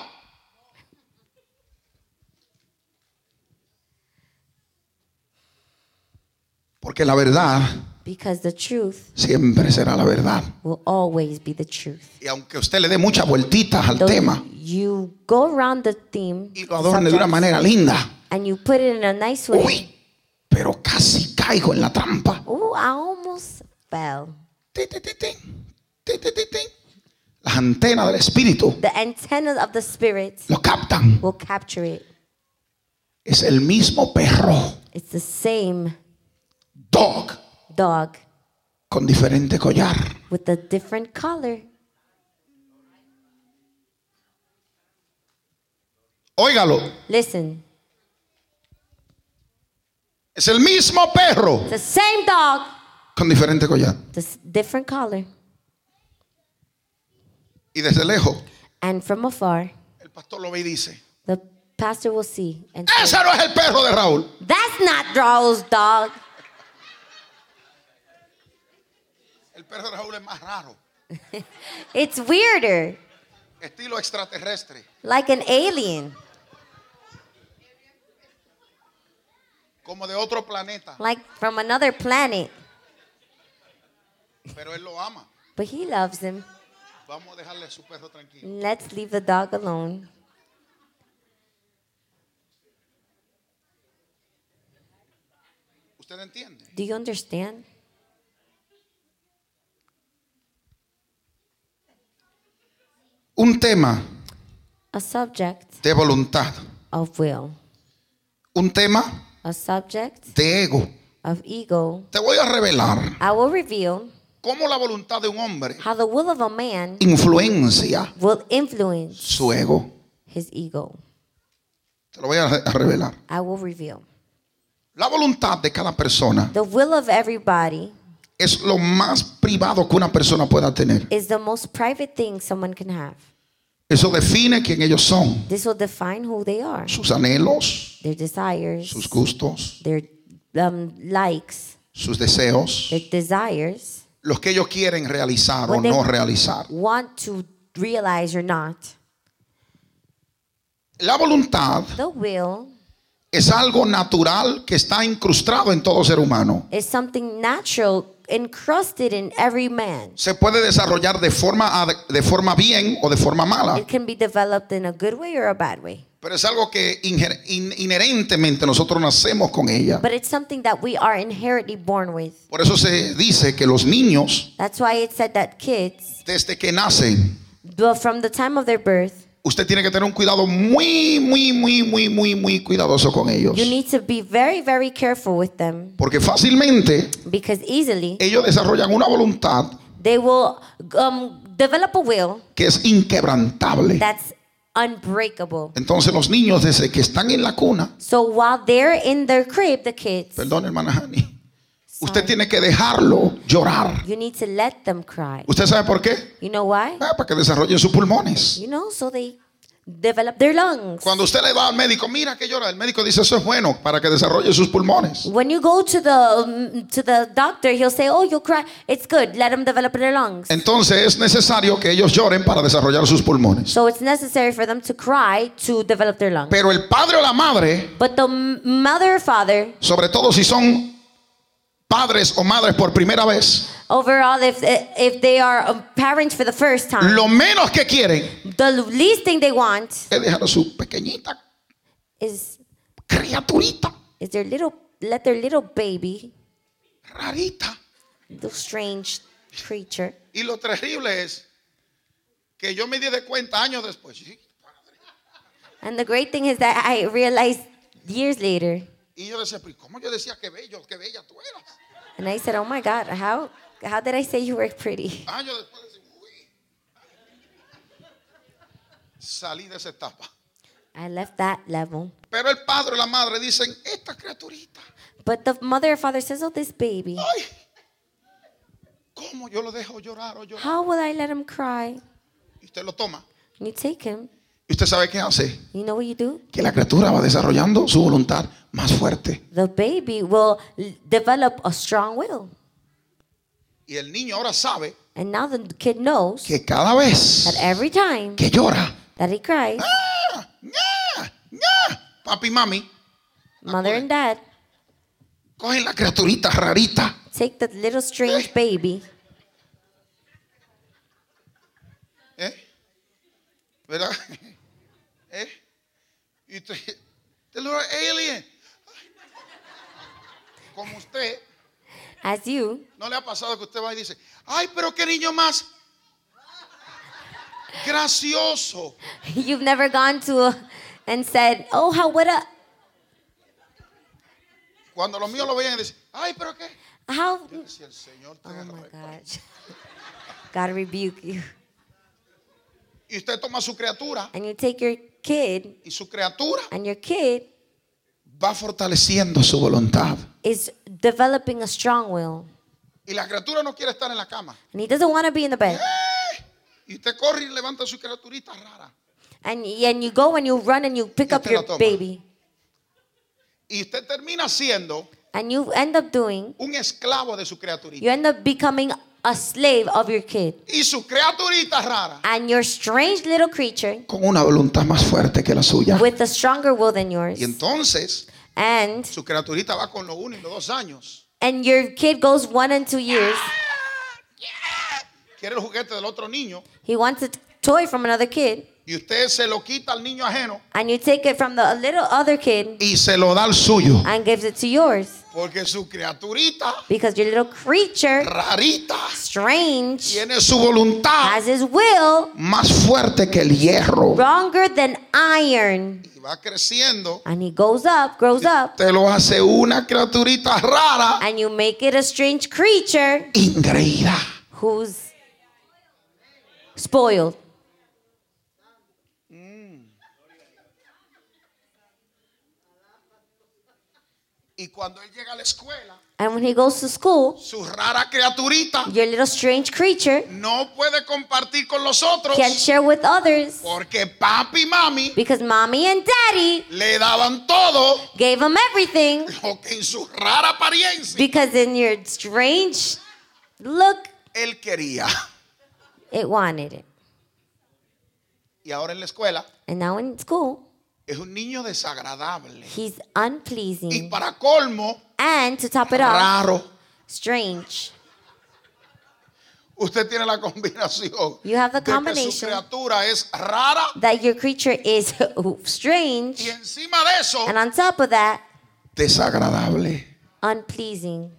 A: Porque la verdad
B: because the truth
D: siempre será la verdad.
B: will always be the truth.
D: Y aunque usted le dé muchas vueltitas al
B: Though
D: tema
B: You go around the theme
D: y lo adorne de una
B: subjects,
D: manera linda,
B: and you put it in a nice way.
D: uy, pero casi caigo en la trampa.
B: Ooh, I almost fell.
D: Ti, ti, ti, ti. Ti, ti, ti, ti. Las antenas del espíritu
B: The antennas of the spirit
D: lo captan.
B: will capture it.
D: Es el mismo perro,
B: It's the same
D: dog,
B: dog
D: con diferente collar.
B: with a different color.
D: Óigalo,
B: Listen,
D: es el mismo perro
B: the same dog,
D: con diferente collar.
B: the s- different color.
D: Y desde lejos,
B: And from afar,
D: el pastor lo ve y dice,
B: the pastor will see and say,
D: ese no es el perro de Raúl.
B: That's not Raul's dog.
E: El perro de Raúl es más raro,
B: It's weirder,
E: estilo extraterrestre,
B: like an alien,
E: como de otro planeta,
B: like from another planet.
E: pero él lo ama.
B: But he loves him.
E: Vamos a dejarle su perro tranquilo.
B: Let's leave the dog alone.
E: ¿Usted entiende?
B: Do you understand?
D: Un tema
B: A subject
D: de voluntad,
B: of will,
D: un tema
B: a subject
D: de ego.
B: of ego.
D: Te voy a revelar
B: I will reveal
D: cómo la voluntad de un hombre
B: how the will of a man
D: influencia
B: will influence
D: su ego.
B: his ego.
D: Te lo voy a re- a revelar.
B: I will reveal.
D: La voluntad de cada persona
B: The will of everybody
D: es lo más privado que una persona pueda tener.
B: is the most private thing someone can have.
D: Eso define quién ellos son,
B: This will define who they are,
D: sus anhelos,
B: their desires,
D: sus gustos,
B: their um, likes,
D: sus deseos,
B: their desires,
D: los que ellos quieren realizar o
B: What they-
D: no realizar.
B: want to realize or not.
D: La voluntad
B: The will
D: es algo natural que está incrustado en todo ser humano.
B: is something natural, encrusted in every man.
D: Se puede desarrollar de forma, ad- de forma bien o de forma mala,
B: It can be developed in a good way or a bad way.
D: pero es algo que inger- in- inherentemente nosotros nacemos con ella.
B: But it's something that we are inherently born with.
D: Por eso se dice que los niños,
B: That's why it said that kids,
D: desde que nacen,
B: well, from the time of their birth,
D: usted tiene que tener un cuidado muy, muy, muy, muy, muy, muy cuidadoso con ellos.
B: you need to be very, very careful with them
D: Porque fácilmente
B: because easily
D: ellos desarrollan una voluntad
B: they will um, develop a will
D: que es inquebrantable.
B: that's unbreakable.
D: Entonces los niños desde que están en la cuna,
B: So while they're in their crib, the kids,
D: perdón hermana Hani, usted tiene que dejarlo llorar.
B: you need to let them cry.
D: ¿Usted sabe por qué?
B: You know why?
D: Ah, para que desarrollen sus pulmones.
B: You know, so they develop their lungs.
D: Cuando usted le da al médico, mira que llora, el médico dice eso es bueno para que desarrolle sus pulmones.
B: When you go to the um, to the doctor, he'll say, "Oh, you'll cry. It's good. Let them develop their lungs."
D: Entonces es necesario que ellos lloren para desarrollar sus pulmones.
B: So it's necessary for them to cry to develop their lungs.
D: Pero el padre o la madre,
B: But the m- mother or father,
D: sobre todo si son padres o madres por primera vez,
B: overall, if if they are a parent for the first time,
D: lo menos que quieren
B: the least thing they want
D: es dejar a su pequeñita
B: is
D: criaturita
B: is their little let their little baby,
D: rarita.
B: little strange creature.
E: Y lo terrible es que yo me di de cuenta años después. ¿sí?
B: And the great thing is that I realized years later,
E: Y yo decía, pero ¿y ¿cómo yo decía que bello, que bella tú eras?
B: and I said, "Oh my God, how how did I say you were pretty?"
E: Años después decía, uy. Salí de esa etapa.
B: I left that level.
E: Pero el padre y la madre dicen, esta criaturita,
B: But the mother or father says, "Oh, this baby.
E: ay, ¿cómo yo lo dejo llorar o llorar?
B: How will I let him cry?"
E: Y usted lo toma.
B: And you take him.
D: ¿Y usted sabe qué hace?
B: You know what you do?
D: Que la criatura va desarrollando su voluntad más fuerte.
B: The baby will l- develop a strong will.
E: Y el niño ahora sabe
B: And now the kid knows
D: Que cada vez
B: that every time
D: que llora,
B: that he cries,
D: ¡ah! ¡ña! ¡ña! papi y mami
B: mother and dad
D: cogen la criaturita rarita
B: take that little strange baby.
D: ¿Eh? ¿Verdad? [laughs] ¿Eh? Y usted, the little alien. Como usted,
B: As you, [laughs]
D: ¿no le ha pasado que usted va y dice, ay, pero qué niño más gracioso?
B: you've never gone to a, and said, "Oh, how what a
D: Cuando los míos lo veían y dicen, ay, pero qué.
B: how."
D: Yo decía, el Señor te
B: Oh my
D: agarre".
B: gosh. [laughs] God rebuke you,
D: Y usted toma su criatura
B: and you take your kid,
D: y su criatura
B: and your kid
D: va fortaleciendo su voluntad.
B: is developing a strong will,
D: Y la criatura no quiere estar en la cama.
B: and he doesn't want to be in the bed.
D: Y usted corre y levanta su criaturita rara.
B: And and you go and you run and you pick
D: Ya
B: up
D: te
B: your
D: la toma.
B: baby,
D: Y usted termina siendo
B: and you end up doing
D: un esclavo de su criaturita.
B: you end up becoming a slave of your kid
D: Y su criaturita rara.
B: and your strange little creature
A: con una voluntad más fuerte que la suya.
B: with a stronger will than yours.
D: Y entonces
B: And
D: su criaturita va con los uno y los dos años.
B: and your kid goes one and two years.
D: Quiere el juguete del otro niño.
B: He wants a t- toy from another kid,
D: Y usted se lo quita al niño ajeno
B: and you take it from the little other kid
D: y se lo da al suyo.
B: and gives it to yours
D: Porque su criaturita
B: because your little creature,
D: rarita
B: strange,
D: tiene su voluntad
B: has his will
A: Más fuerte que el hierro.
B: stronger than iron,
D: y va creciendo.
B: and he goes up, grows up,
A: Te lo hace una criaturita rara.
B: and you make it a strange creature
A: Ingreída.
B: who's spoiled.
D: Y cuando él llega a la escuela,
B: And when he goes to school,
D: su rara criaturita
B: your little strange creature
D: no puede compartir con los otros
B: can't share with others
D: porque papi y mami
B: because mommy and daddy
D: le daban todo
B: gave him everything
D: lo que en su rara apariencia
B: because in your strange look,
D: él quería.
B: it wanted it.
D: Y ahora en la escuela
B: And now in school,
D: es un niño desagradable
B: he's
D: y
B: unpleasing.
D: para colmo
B: And to top it off,
D: raro.
B: strange.
D: Usted tiene la combinación
B: You have the
D: de que su
B: combination.
D: criatura es rara
B: That your creature is [laughs] strange.
D: y encima de eso
B: And on top of that,
A: Desagradable.
B: unpleasing.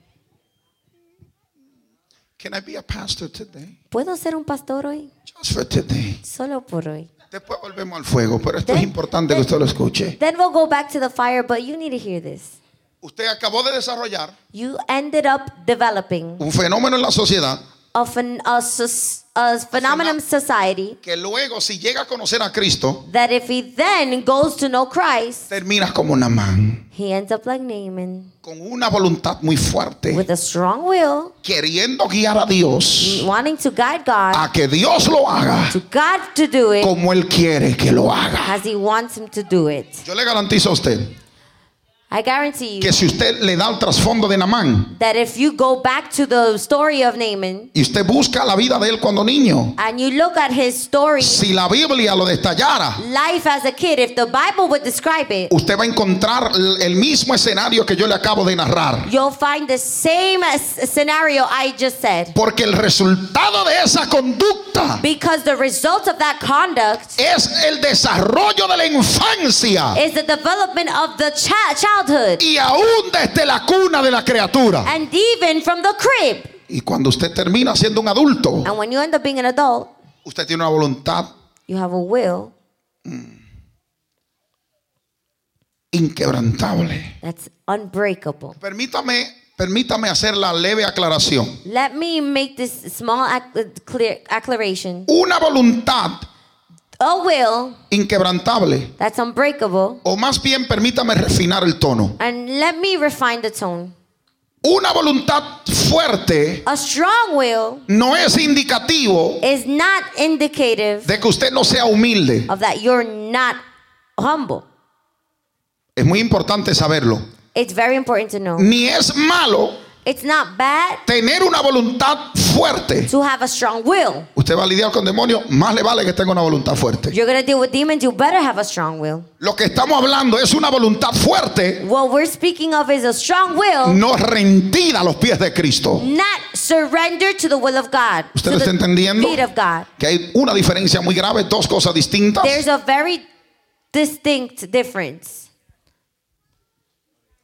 A: Can I be a pastor today?
B: ¿Puedo ser un pastor hoy?
A: Just for today.
B: Solo por hoy.
A: Después volvemos al fuego, pero esto es
B: Then-
A: importante que usted lo escuche.
B: Then we'll go back to the fire, but you need to hear this.
D: usted acabó de desarrollar
B: You ended up developing
A: Un fenómeno en la sociedad
B: a, phen- a, sus- a phenomenon society
D: que luego si llega a conocer a Cristo
B: that if he then goes to know Christ,
A: termina como una man
B: he ends up like Naaman
A: con una voluntad muy fuerte,
B: with a strong will,
A: queriendo guiar a Dios
B: wanting to guide God,
A: a que Dios lo haga
B: to God to do it
A: como Él quiere que lo haga.
B: as he wants him to do it.
A: Yo le garantizo a usted
B: I guarantee you
A: que si usted le da el trasfondo de Namán
B: that if you go back to the story of Naaman
A: y usted busca la vida de él cuando niño,
B: and you look at his story,
A: si la Biblia lo detallara,
B: life as a kid, if the Bible would describe it,
A: usted va a encontrar el el mismo escenario que yo le acabo de narrar.
B: you'll find the same s- scenario I just said.
A: Porque el resultado de esa conducta
B: Because the result of that conduct
A: es el desarrollo de la infancia
B: is the development of the chi- childhood
A: y aún desde la cuna de la criatura.
B: and even from the crib.
A: Y cuando usted termina siendo un adulto,
B: And when you end up being an adult,
A: usted tiene una voluntad
B: you have a will
A: inquebrantable.
B: that's unbreakable.
A: Permítame, permítame hacer la leve aclaración.
B: Let me make this small ac- uh, clear acclaration.
A: Una voluntad
B: A will
A: inquebrantable,
B: that's unbreakable,
A: o más bien permítame refinar el tono.
B: and let me refine the tone.
A: Una voluntad fuerte
B: A strong will
A: no es indicativo
B: is not indicative
A: de que usted no sea humilde.
B: of that you're not humble.
A: Es muy importante saberlo.
B: It's very important to know.
A: Ni es malo
B: It's not bad
A: Tener una voluntad fuerte.
B: to have a strong will.
A: Usted va a lidiar con demonios, más le vale que tenga una voluntad fuerte.
B: You're gonna deal with demons, you better have a strong will.
A: Lo que estamos hablando es una voluntad fuerte,
B: What we're speaking of is a strong will,
A: no rendida a los pies de Cristo.
B: not surrendered to the will of God,
A: ¿Usted lo
B: to
A: está
B: the
A: entendiendo?
B: feet of God.
A: Que hay una diferencia muy grave, dos cosas distintas.
B: There's a very distinct difference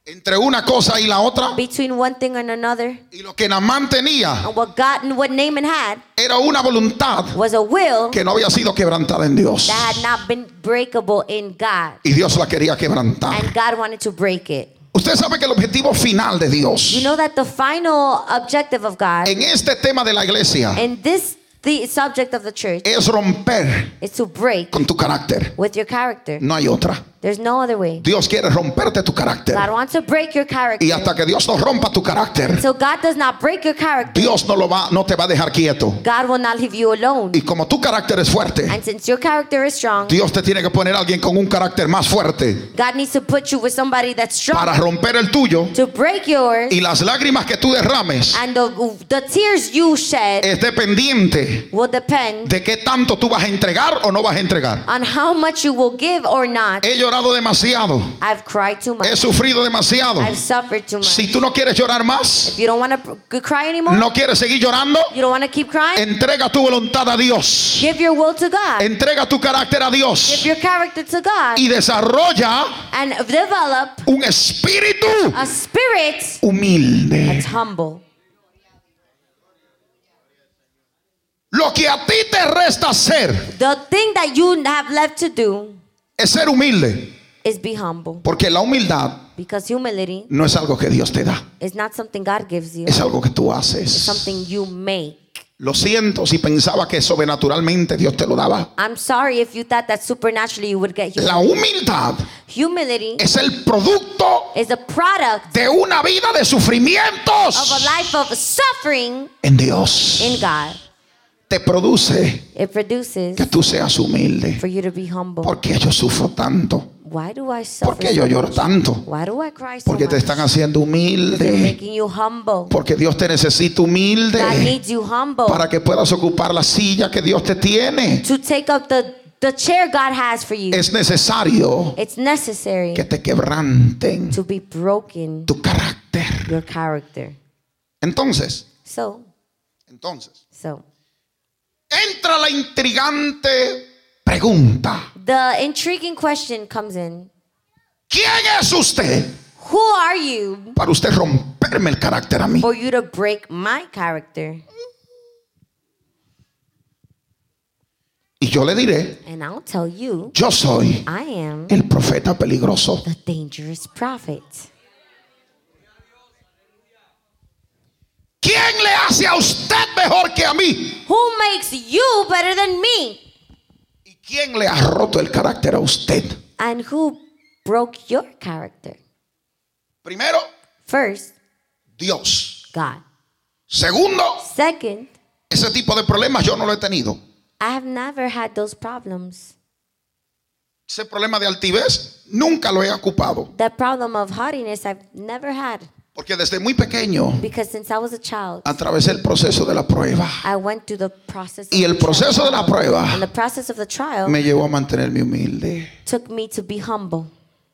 A: Entre una cosa y la otra.
B: between one thing and another.
A: Y lo que Namán tenía
B: And what God and what Naaman had
A: era una voluntad
B: was a will
A: que no había sido quebrantada en Dios.
B: that had not been breakable in God,
A: Y Dios la quería quebrantar.
B: and God wanted to break it.
A: Usted sabe que el objetivo final de
B: You
A: Dios
B: know that the final objective of God
A: en este tema de la iglesia
B: in this the subject of the church
A: es romper
B: is to break
A: con tu carácter.
B: with your character.
A: No hay otra.
B: There's no other way.
A: Dios quiere romperte tu carácter.
B: God wants to break your character.
A: Y hasta que Dios no rompa tu carácter,
B: So God does not break your character.
A: Dios no, lo va, no te va a dejar quieto.
B: God will not leave you alone.
A: Y como tu carácter es fuerte,
B: And since your character is strong,
A: Dios te tiene que poner a alguien con un carácter más fuerte
B: God needs to put you with somebody that's
A: para
B: strong
A: romper el tuyo.
B: to break yours.
A: Y las lágrimas que tú derrames
B: And the, the tears you shed
A: es dependiente
B: will depend
A: de qué tanto tú vas a entregar o no vas a entregar.
B: on how much you will give or not.
A: He llorado demasiado.
B: I've cried too
A: He
B: much.
A: sufrido demasiado.
B: I've suffered too much.
A: Si tú no quieres llorar más,
B: If you don't want to pr- cry anymore,
A: no quieres seguir llorando,
B: you don't want to keep crying,
A: entrega tu voluntad a Dios.
B: give your will to God.
A: Entrega tu carácter a
B: give
A: Dios.
B: your character to God
A: Y desarrolla
B: and develop
A: un espíritu
B: a spirit
A: humilde.
B: that's humble.
A: Lo que a ti te resta ser
B: The thing that you have left to do
A: es ser humilde.
B: is be humble
A: Porque la humildad
B: because humility
A: no es algo que Dios te da.
B: is not something God gives you,
A: Es algo que tú
B: it's
A: haces.
B: something you make.
A: Lo siento si pensaba que sobrenaturalmente Dios te lo daba.
B: I'm sorry if you thought that supernaturally you would get humility.
A: La humildad
B: Humility
A: es el producto
B: is a product
A: de una vida de
B: of a
A: sufrimientos
B: life of suffering
A: en Dios.
B: in God.
A: Te produce
B: It produces
A: que tú seas humilde.
B: for you to be humble.
A: ¿Por qué yo sufro tanto?
B: Why do I suffer?
A: ¿Por qué yo lloro tanto?
B: Why do I cry so
A: Porque te
B: much?
A: están haciendo
B: They're
A: humilde.
B: making you humble.
A: Porque Dios te necesita
B: God
A: humilde
B: needs you humble
A: para que puedas ocupar la silla que Dios te tiene.
B: to take up the, the chair God has for you.
A: Es necesario
B: It's necessary
A: que te quebranten
B: to be broken
A: tu carácter.
B: your character.
A: Entonces,
B: So,
A: entonces,
B: so
A: entra la intrigante pregunta.
B: the intriguing question comes in.
A: ¿Quién es usted
B: Who are you
A: para usted romperme el carácter a mí?
B: for you to break my character?
A: Y yo le diré,
B: And I'll tell you,
A: yo soy
B: I am
A: el profeta peligroso.
B: the dangerous prophet.
A: ¿Quién le hace a usted mejor que a mí?
B: Who makes you better than me?
A: ¿Y quién le ha roto el carácter a usted?
B: And who broke your character?
A: Primero,
B: First,
A: Dios.
B: God.
A: Segundo,
B: Second,
A: ese tipo de problemas yo no lo he tenido.
B: I have never had those problems.
A: Ese problema de altivez nunca lo he ocupado.
B: That problem of haughtiness I've never had
A: Porque desde muy pequeño
B: because since I was a child,
A: atravesé el proceso de la prueba.
B: I went through the process. of
A: Y el
B: the trial.
A: proceso de la
B: and the
A: prueba
B: process of the trial
A: me llevó a mantenerme humilde.
B: took me to be humble.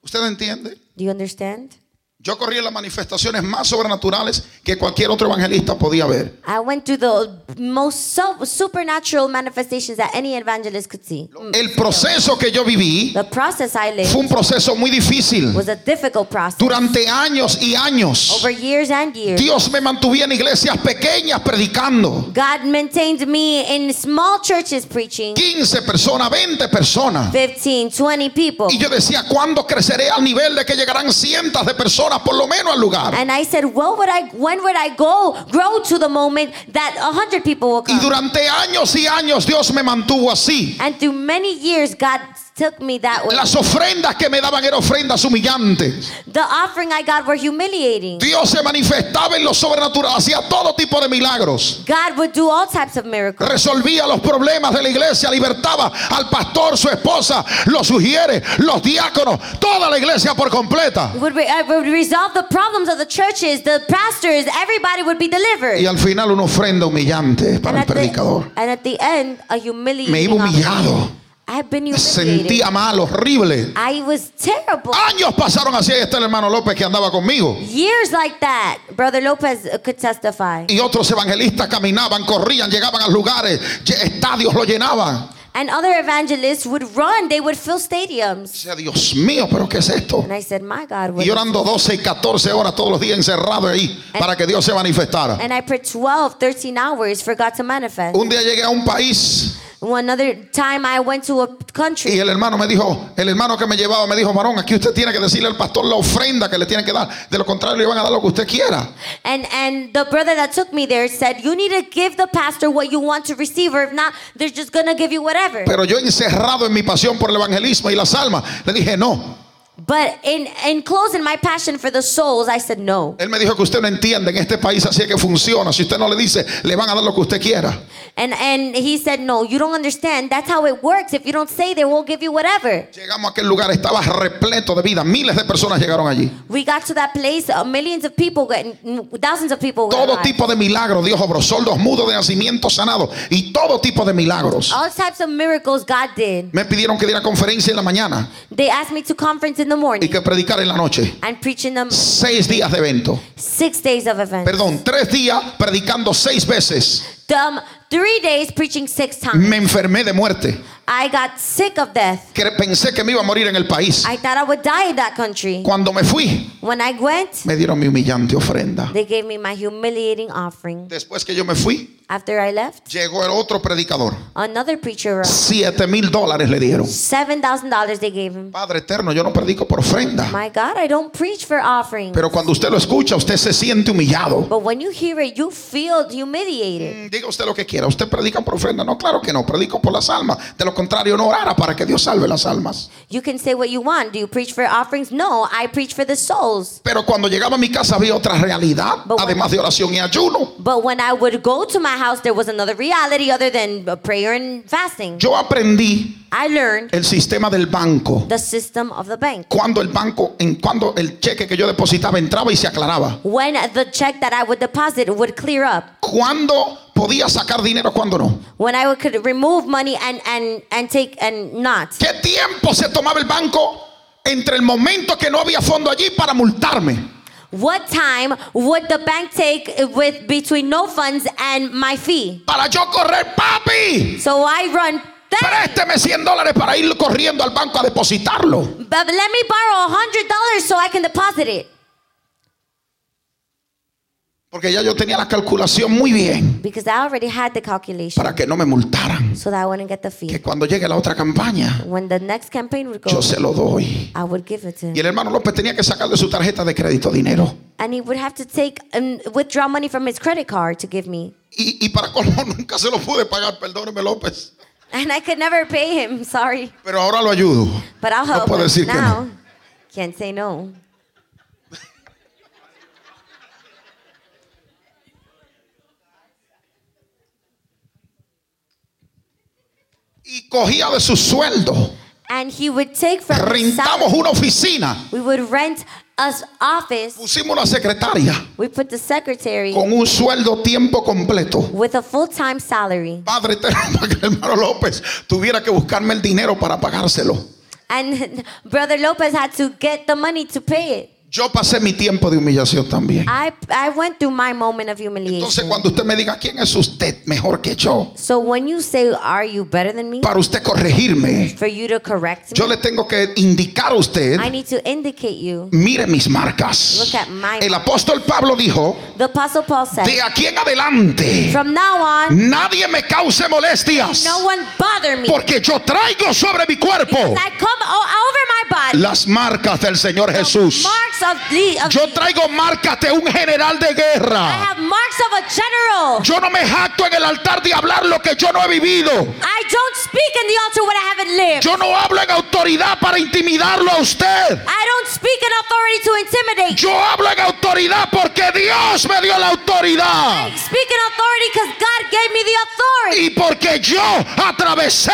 A: ¿Usted entiende?
B: Do you understand?
A: Yo corrí en las manifestaciones más sobrenaturales que cualquier otro evangelista podía ver.
B: I went through the most su- supernatural manifestations that any evangelist could see.
A: El proceso que yo viví
B: The process I
A: fue
B: lived
A: un proceso muy difícil.
B: was a difficult process.
A: Durante años y años,
B: Pues Over years and years,
A: Dios me mantuviera en iglesias pequeñas predicando.
B: God maintained me in small churches preaching
A: 15 personas, 20 personas.
B: 15, 20 people.
A: Y yo decía, ¿cuándo creceré al nivel de que llegarán cientos de personas por lo menos al lugar?
B: And I said, "What would I? When would I go grow to the moment that a hundred people will
A: Y
B: come?"
A: durante años y años Dios me mantuvo así.
B: And through many years, God took me that way.
A: Las ofrendas que me daban eran ofrendas humillantes.
B: The offering I got were humiliating.
A: Dios se manifestaba en lo sobrenatural, hacía todo tipo de milagros.
B: God would do all types of miracles.
A: Resolvía los problemas de la iglesia, libertaba al pastor, su esposa, los sugieres, los diáconos, toda la iglesia por completa.
B: It would, re- uh, would resolve the problems of the churches, the pastors, everybody would be delivered.
A: Y al final una ofrenda humillante para el
B: at the,
A: predicador.
B: and at the end, a humiliating.
A: Me iba
B: offering.
A: humillado,
B: I've been humiliated.
A: sentía mal, horrible.
B: I was terrible.
A: Años pasaron así, ahí está el hermano López que andaba conmigo.
B: Years like that, Brother Lopez uh, could testify.
A: Y otros evangelistas caminaban, corrían, llegaban a lugares, lle- estadios lo llenaban.
B: And other evangelists would run, they would fill stadiums.
A: Decía, Dios mío, pero ¿qué es esto?
B: And I said, My
A: Y
B: God, what
A: yo
B: is-"
A: orando 12 y 14 horas todos los días encerrado ahí para que Dios se manifestara.
B: and I prayed 12, 13 hours for God to manifest.
A: Un día llegué a un país
B: One other time I went to a
A: y
B: country
A: el hermano me dijo, el hermano que me llevaba me dijo, varón, aquí usted tiene que decirle al pastor la ofrenda que le tienen que dar. De lo contrario le van a dar lo que usted quiera.
B: and and the brother that took me there said you need to give the pastor what you want to receive or if not they're just going to give you whatever.
A: Pero yo encerrado en mi pasión por el evangelismo y las almas, le dije, no.
B: But in in closing my passion for the souls I said no.
A: Él me dijo que usted no entiende en este país así es que funciona. Si usted no le dice, le van a dar lo que usted quiera.
B: And and he said no, you don't understand. That's how it works. If you don't say they won't give you whatever.
A: Llegamos a aquel lugar, estaba repleto de vida. Miles de personas llegaron allí.
B: We got to that place, uh, millions of people, got- n- thousands of people. got
A: Todo
B: alive.
A: tipo de milagros, Dios obró. Soldos mudos de nacimiento sanados y todo tipo de milagros.
B: All types of miracles God did.
A: Me pidieron que diera conferencia en la mañana
B: They asked me to conference in the
A: y
B: morning
A: que predicara en la noche.
B: and preaching them
A: Seis días de evento.
B: six days of events.
A: Perdón, tres días predicando seis veces.
B: Um, three days preaching six times.
A: Me enfermé de muerte.
B: I got sick of death.
A: Que pensé que me iba a morir en el país.
B: I thought I would die in that country.
A: Cuando me fui,
B: When I went,
A: me dieron mi humillante ofrenda.
B: they gave me my humiliating offering.
A: Después que yo me fui,
B: After I left,
A: llegó el otro predicador.
B: another preacher arrived.
A: Siete mil dólares le dieron.
B: Seven thousand dollars they gave him.
A: Padre eterno, yo no predico por ofrenda.
B: My God, I don't preach for offerings.
A: Pero cuando usted lo escucha, usted se siente humillado.
B: But when you hear it, you feel humiliated.
A: Mm, Diga usted lo que quiera. Usted predica por ofrenda. No, claro que no. Predico por las almas. De lo contrario, no orara para que Dios salve las almas.
B: You can say what you want. Do you preach for offerings? No, I preach for the souls.
A: Pero cuando llegaba a mi casa había otra realidad,
B: But when-
A: además de oración y ayuno.
B: But when I would go to my house, there was another reality other than uh, prayer and fasting.
A: Yo aprendí
B: I learned
A: el sistema del banco.
B: the system of the bank.
A: Cuando el banco, en cuando el cheque que yo depositaba entraba y se aclaraba.
B: When the check that I would deposit would clear up.
A: Cuando podía sacar dinero, cuando no.
B: When I would, could remove money and, and, and take and not.
A: ¿Qué tiempo se tomaba el banco entre el momento que no había fondo allí para multarme?
B: What time would the bank take with between no funds and my fee?
A: Para yo correr, papi.
B: So I run. Thank
A: Présteme 100 dólares para ir corriendo al banco a depositarlo.
B: But let me borrow hundred dollars so I can deposit it
A: Porque ya yo tenía la calculación muy bien
B: because I already had the calculation,
A: para que no me multaran.
B: so that I wouldn't get the fee.
A: Que cuando llegue la otra campaña,
B: When the next campaign would go,
A: yo se lo doy.
B: I would give it to
A: Y
B: him,
A: el hermano López tenía que sacar de su tarjeta de crédito dinero.
B: and he would have to take and withdraw money from his credit card to give me,
A: Y, y para colmo [laughs] nunca se lo pude pagar, perdóneme López.
B: and I could never pay him. [laughs] Sorry,
A: Pero ahora lo ayudo.
B: but I'll
A: No
B: help
A: puedo decir
B: him
A: que
B: now.
A: no.
B: Can't say no.
A: Y cogía de su sueldo.
B: And he would take from his
A: Rentamos
B: salary.
A: una oficina.
B: We would rent us office.
A: Pusimos una secretaria
B: We put the secretary
A: con un sueldo tiempo completo.
B: with a full-time salary.
A: Padre
D: [laughs]
A: eterno, para que el hermano López tuviera que buscarme el dinero para pagárselo.
B: And [laughs] Brother Lopez had to get the money to pay it.
A: Yo pasé mi tiempo de humillación también.
B: I, I went through my moment of humiliation.
A: Entonces cuando usted me diga quién es usted mejor que yo,
B: So when you say, Are you better than me?
A: para usted corregirme,
B: For you to correct
A: yo
B: me,
A: le tengo que indicar a usted,
B: I need to indicate you.
A: mire mis marcas.
B: Look at my-
A: El apóstol Pablo dijo,
B: The Apostle Paul said,
A: de aquí en adelante,
B: From now on,
A: nadie me cause molestias,
B: no one bother me.
A: porque yo traigo sobre mi cuerpo
B: Because I come o- over my body.
A: las marcas del Señor Jesús.
B: Marks of the of
A: Yo
B: the-
A: traigo marcas de un general de
B: I
A: guerra.
B: have marks of a general.
A: Yo no me jacto en el altar de hablar lo que yo no he vivido.
B: I don't speak in the altar what I haven't lived.
A: Yo no hablo en autoridad para intimidarlo a usted.
B: I don't speak in authority to intimidate.
A: Yo hablo en autoridad porque Dios me dio la autoridad.
B: I speak in authority because God gave me the authority.
A: Y porque yo atravesé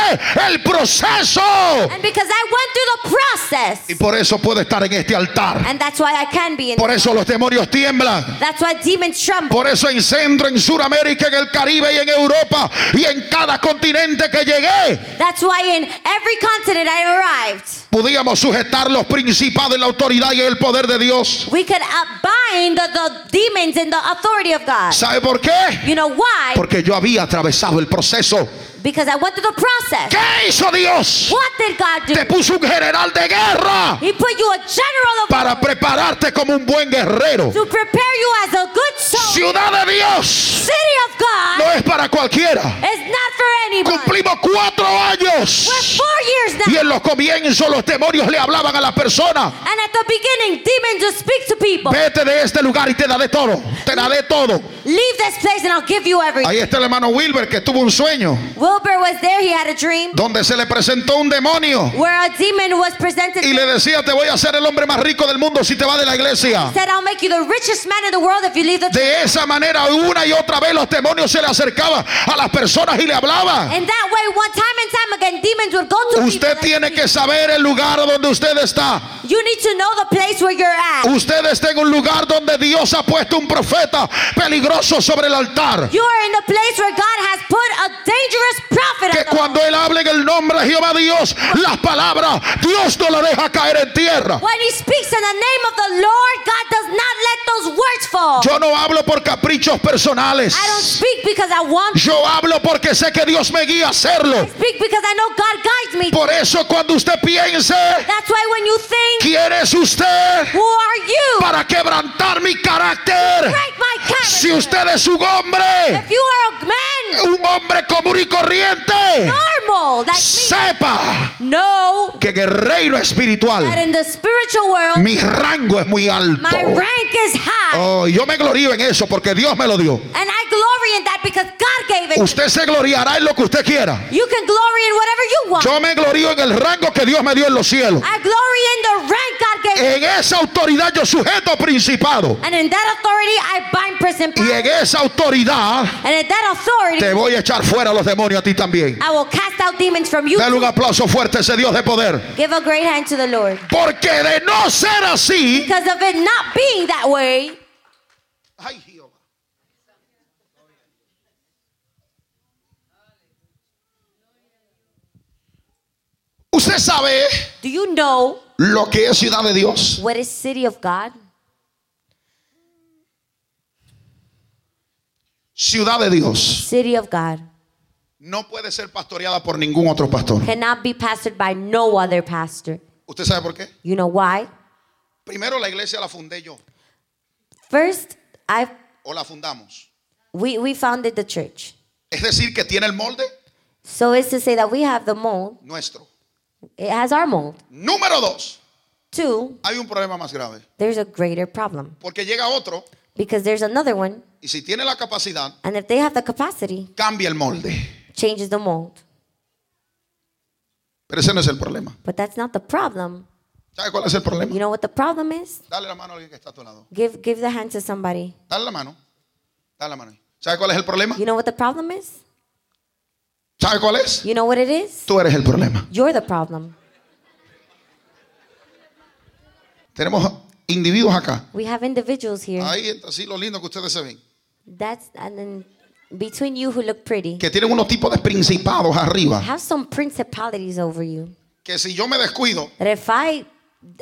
A: el proceso.
B: And because I went through the
A: Y
B: process.
A: por eso puedo estar en este altar.
B: And that's why I can be in.
A: Por eso los demonios tiemblan.
B: That's why demons tremble.
A: Por eso en Centro, en Sudamérica, en el Caribe y en Europa y en cada continente que llegué,
B: That's why in every continent I arrived,
A: pudimos sujetar los principados, la autoridad y el poder de Dios.
B: we could uh, bind the, the demons in the authority of God.
A: ¿Sabe por qué?
B: You know why?
A: Porque yo había atravesado el proceso.
B: Because I went through the process.
A: ¿Qué hizo Dios?
B: What did God do?
A: Te puso un general de guerra
B: He put you a general of
A: para prepararte como un buen guerrero.
B: to prepare you as a good soldier.
A: Ciudad de Dios
B: City of God
A: no es para cualquiera.
B: is not for anybody.
A: Cumplimos cuatro
B: We're
A: años
B: four years
A: y
B: now,
A: en los comienzos los demonios le hablaban a la persona.
B: and at the beginning, demons just speak to people.
A: Vete de este lugar y te da de todo. Te da de todo.
B: Leave this place, and I'll give you everything.
A: Ahí está el hermano Wilber que tuvo un sueño
B: Wilbur was there. He had a dream
A: donde se le presentó un demonio
B: where a demon was presented.
A: y
B: to him.
A: le decía, te voy a hacer el hombre más rico del mundo si te vas de la iglesia.
B: Said, "I'll make you the richest man in the world if you leave the."
A: De esa manera, una y otra vez los demonios se le acercaban a las personas y le hablaban.
B: And that way, one time and time again, demons would go to people.
A: Usted
B: and
A: tiene que
B: speak.
A: saber el lugar donde usted está.
B: You need to know the place where you're at.
A: Usted está en un lugar donde Dios ha puesto un profeta peligroso sobre el altar.
B: You are in the place where God has put a dangerous prophet.
A: Que
B: on the altar.
A: cuando él habla en el nombre de Jehová Dios, las palabras, Dios no la deja caer en tierra.
B: When he speaks in the name of the Lord, God does not let those words fall.
A: Yo no hablo por caprichos personales.
B: I don't speak because I want to.
A: Yo hablo porque sé que Dios me guía a hacerlo.
B: Speak because I know God guides me.
A: Por eso cuando usted piense,
B: That's why when you think,
A: ¿quién es usted
B: who are you?
A: para quebrantar mi carácter?
B: Break my
A: Si
B: character.
A: usted es un hombre,
B: If you are a man,
A: un hombre común y corriente,
B: normal, like me,
A: sepa
B: know
A: que en el reino
B: that
A: espiritual
B: in the spiritual world,
A: mi rango es muy alto.
B: my rank is high.
A: Oh, yo me glorío en eso porque Dios me lo dio.
B: And I glory in that because God gave it.
A: Usted se gloriará en lo que usted quiera.
B: You can glory in whatever you want.
A: Yo me glorío en el rango que Dios me dio en los cielos.
B: I glory in the rank God gave me.
A: En esa autoridad yo sujeto principado.
B: And in that authority, I bind prison
A: Y
B: power.
A: en esa autoridad
B: And in that authority,
A: te voy a echar fuera los demonios a ti también.
B: I will cast out demons from you.
A: Dale un
B: too.
A: aplauso fuerte a ese Dios de poder.
B: Give a great hand to the Lord.
A: Porque de no ser así,
B: Because of it not being that way,
D: Ay, Jehová.
A: usted sabe
B: do you know
A: lo que es ciudad de Dios.
B: what is city of God?
A: Ciudad de Dios
B: City of God
D: No puede ser pastoreada.
A: creada por ningún otro pastor.
B: cannot be pastored by no other pastor.
D: ¿Usted sabe por qué?
B: You know why?
D: Primero la iglesia la fundé yo.
B: First, I
D: O la fundamos.
B: we we founded the church.
D: Es decir, que tiene el molde
B: So it's to say that we have the mold.
D: nuestro.
B: It has our mold.
D: Número dos.
B: Two,
D: Hay un problema más grave.
B: there's a greater problem
D: Porque llega otro
B: because there's another one,
D: y si tiene la capacidad,
B: and if they have the capacity,
D: cambia el molde.
B: changes the mold.
A: Pero ese no es el problema.
B: But that's not the problem.
A: ¿Sabe cuál es el problema?
B: You know what the problem is?
D: Dale la mano a alguien que está a tu lado.
B: Give give the hand to somebody.
D: Dale la mano. Dale la mano. ¿Sabe cuál es el problema?
B: You know what the problem is?
A: ¿Sabe cuál es?
B: You know what it is?
A: Tú eres el problema.
B: You're the problem.
A: Tenemos individuos acá.
B: We have individuals here.
D: Ahí entra así lo lindo que ustedes se ven.
B: That's and then between you who look pretty,
A: Que tienen unos tipos de principados arriba.
B: have some principalities over you.
D: Que si yo me descuido,
B: That if I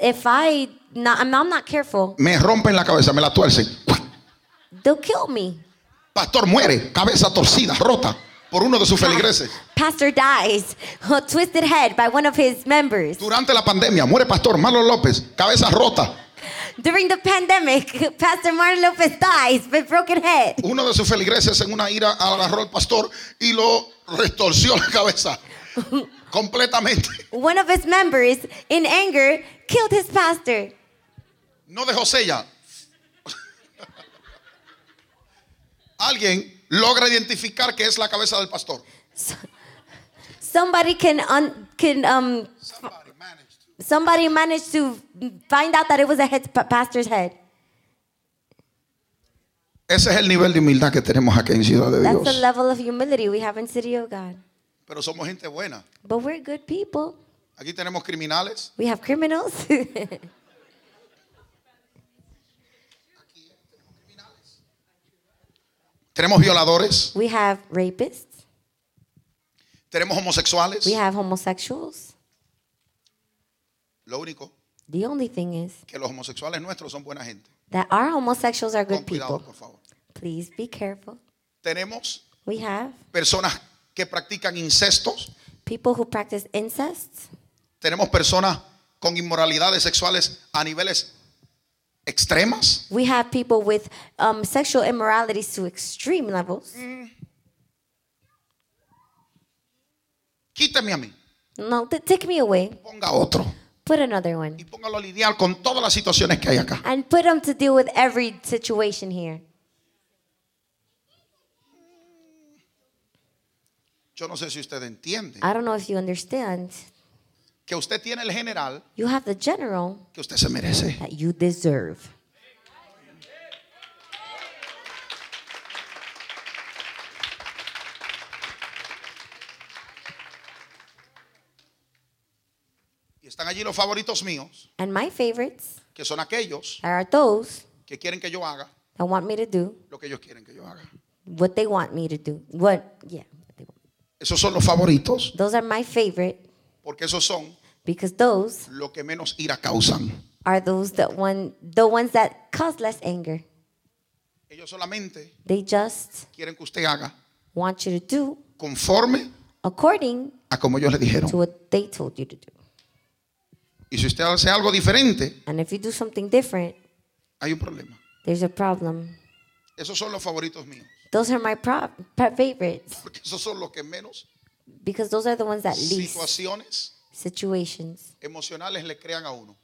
B: if I not I'm, I'm not careful,
A: Me rompen la cabeza, me la tuercen.
B: they'll kill me.
A: Pastor muere, cabeza torcida, rota, por uno de sus feligreses.
B: Pastor dies, [laughs] a twisted head by one of his members.
A: Durante la pandemia muere Pastor Marlon López, cabeza rota.
B: During the pandemic, [laughs] Pastor Martin Lopez dies with broken head. [laughs]
A: Uno de sus feligreses en una ira agarró al pastor y lo restorció la cabeza.
D: completamente.
B: One of his members, in anger, killed his pastor.
D: No dejó sella. Alguien logra identificar que es la cabeza del pastor.
B: Somebody can un, can um
D: Somebody managed to.
B: somebody managed to find out that it was a head, pa- pastor's head.
A: Ese es el nivel de humildad que tenemos aquí en Ciudad de
B: That's the
A: Dios.
B: level of humility we have in City of God.
D: Pero somos gente buena.
B: But we're good people.
D: Aquí tenemos criminales.
B: We have criminals. [laughs]
D: Tenemos violadores.
B: we have rapists.
D: Tenemos homosexuales.
B: We have homosexuals.
D: Lo único
B: The only thing is
D: que los homosexuales nuestros son buena gente.
B: that our homosexuals are
D: Con
B: good
D: cuidado,
B: people.
D: por favor.
B: Please be careful.
D: Tenemos
B: We have
D: personas que practican incestos.
B: people who practice incest.
D: Tenemos personas con inmoralidades sexuales a niveles extremas.
B: We have people with um, sexual immoralities to extreme levels.
D: Quíteme a mí,
B: No, t- take me away.
D: ponga otro
B: Put another one.
D: y póngalo a lidiar con todas las situaciones que hay acá.
B: And put them to deal with every situation here.
D: Yo no sé si usted entiende
B: I don't know if you understand.
D: que usted tiene el general
B: You have the general
D: que usted se merece.
B: that you deserve.
D: Y están allí los favoritos míos,
B: And my favorites
D: que son aquellos
B: are those
D: que quieren que yo haga
B: that want me to do
D: lo que ellos quieren que yo haga.
B: what they want me to do. What? Yeah. what they want.
D: Esos son los favoritos
B: Those are my favorite
D: porque esos son
B: because those
D: los que menos ira causan.
B: are those that one the ones that cause less anger.
D: Ellos solamente
B: They just
D: quieren que usted haga
B: want you to do
D: conforme
B: according
D: a como ellos le dijeron.
B: to what they told you to do.
D: Y si usted hace algo diferente,
B: And if you do something different,
D: hay un problema.
B: there's a problem.
D: Esos son los favoritos míos, [laughs]
B: Those are my prop, pa- favorites
D: porque esos son los que menos
B: because those are the ones that least
D: situaciones
B: situations.
D: emocionales le crean a uno.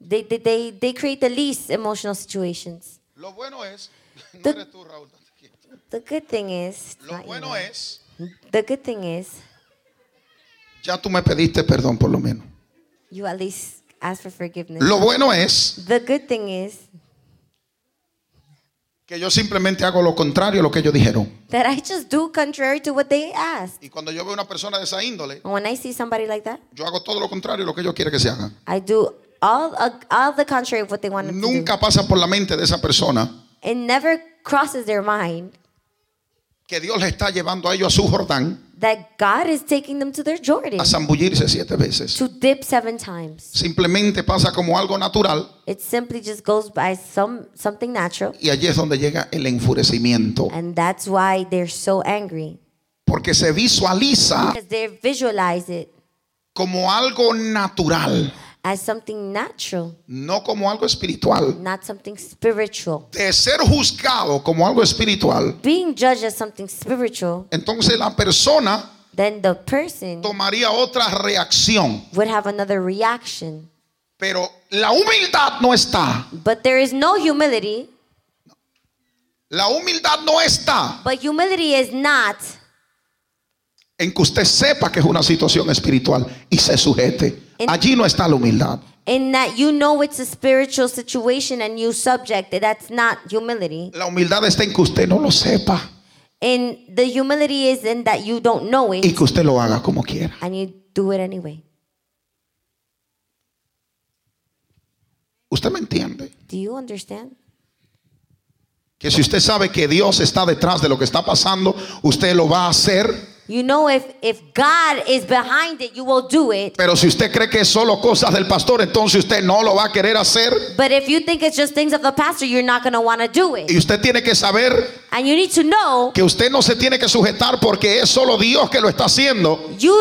B: They, they, they, they create the least emotional situations.
D: Lo bueno es, [laughs] no
B: Tú-
D: eres tú, Raúl. tanto que-
B: The good thing is,
D: Lo
B: not you,
D: bueno
B: Lord.
D: es,
B: the good thing is,
A: Ya tú me pediste perdón por lo menos.
B: you at least ask for forgiveness.
D: lo bueno es
B: the good thing is
D: que yo simplemente hago lo contrario a lo que ellos dijeron.
B: that I just do contrary to what they asked.
D: Y cuando yo veo una persona de esa índole,
B: And when I see somebody like that,
D: yo hago todo lo contrario a lo que ellos quieren que se haga.
B: I do all uh, all the contrary of what they wanted to do.
D: Nunca pasa por la mente de esa persona
B: It never crosses their mind
D: que Dios le está llevando a ellos a su Jordán
B: that God is taking them to their Jordan
D: a zambullirse siete veces.
B: to dip seven times.
D: Simplemente pasa como algo natural
B: It simply just goes by some something natural,
D: y allí es donde llega el enfurecimiento.
B: and that's why they're so angry
D: Porque se visualiza
B: because they visualize it
D: como algo natural,
B: as something natural,
D: no como algo espiritual.
B: not something spiritual.
D: De ser juzgado como algo espiritual,
B: Being judged as something spiritual,
D: entonces la persona
B: then the person
D: tomaría otra reacción.
B: would have another reaction.
D: Pero la humildad no está.
B: But there is no humility.
D: La humildad no está
B: But humility is not
D: en que usted sepa que es una situación espiritual y se sujete. Allí no está la humildad.
B: in that you know it's a spiritual situation and you subject it. That's not humility.
D: La humildad está en que usted no lo sepa
B: And the humility is in that you don't know
D: y
B: it
D: que usted lo haga como quiera.
B: and you do it anyway.
D: ¿Usted me entiende?
B: Do you understand?
D: Que si usted sabe que Dios está detrás de lo que está pasando, usted lo va a hacer.
B: You know if if God is behind it, you will do it.
D: Pero si usted cree que es solo cosas del pastor, entonces usted no lo va a querer hacer.
B: But if you think it's just things of the pastor, you're not going to want to do
D: Y
B: it.
D: usted tiene que saber
B: And you need to know
D: que usted no se tiene que sujetar porque es solo Dios que lo está haciendo.
B: you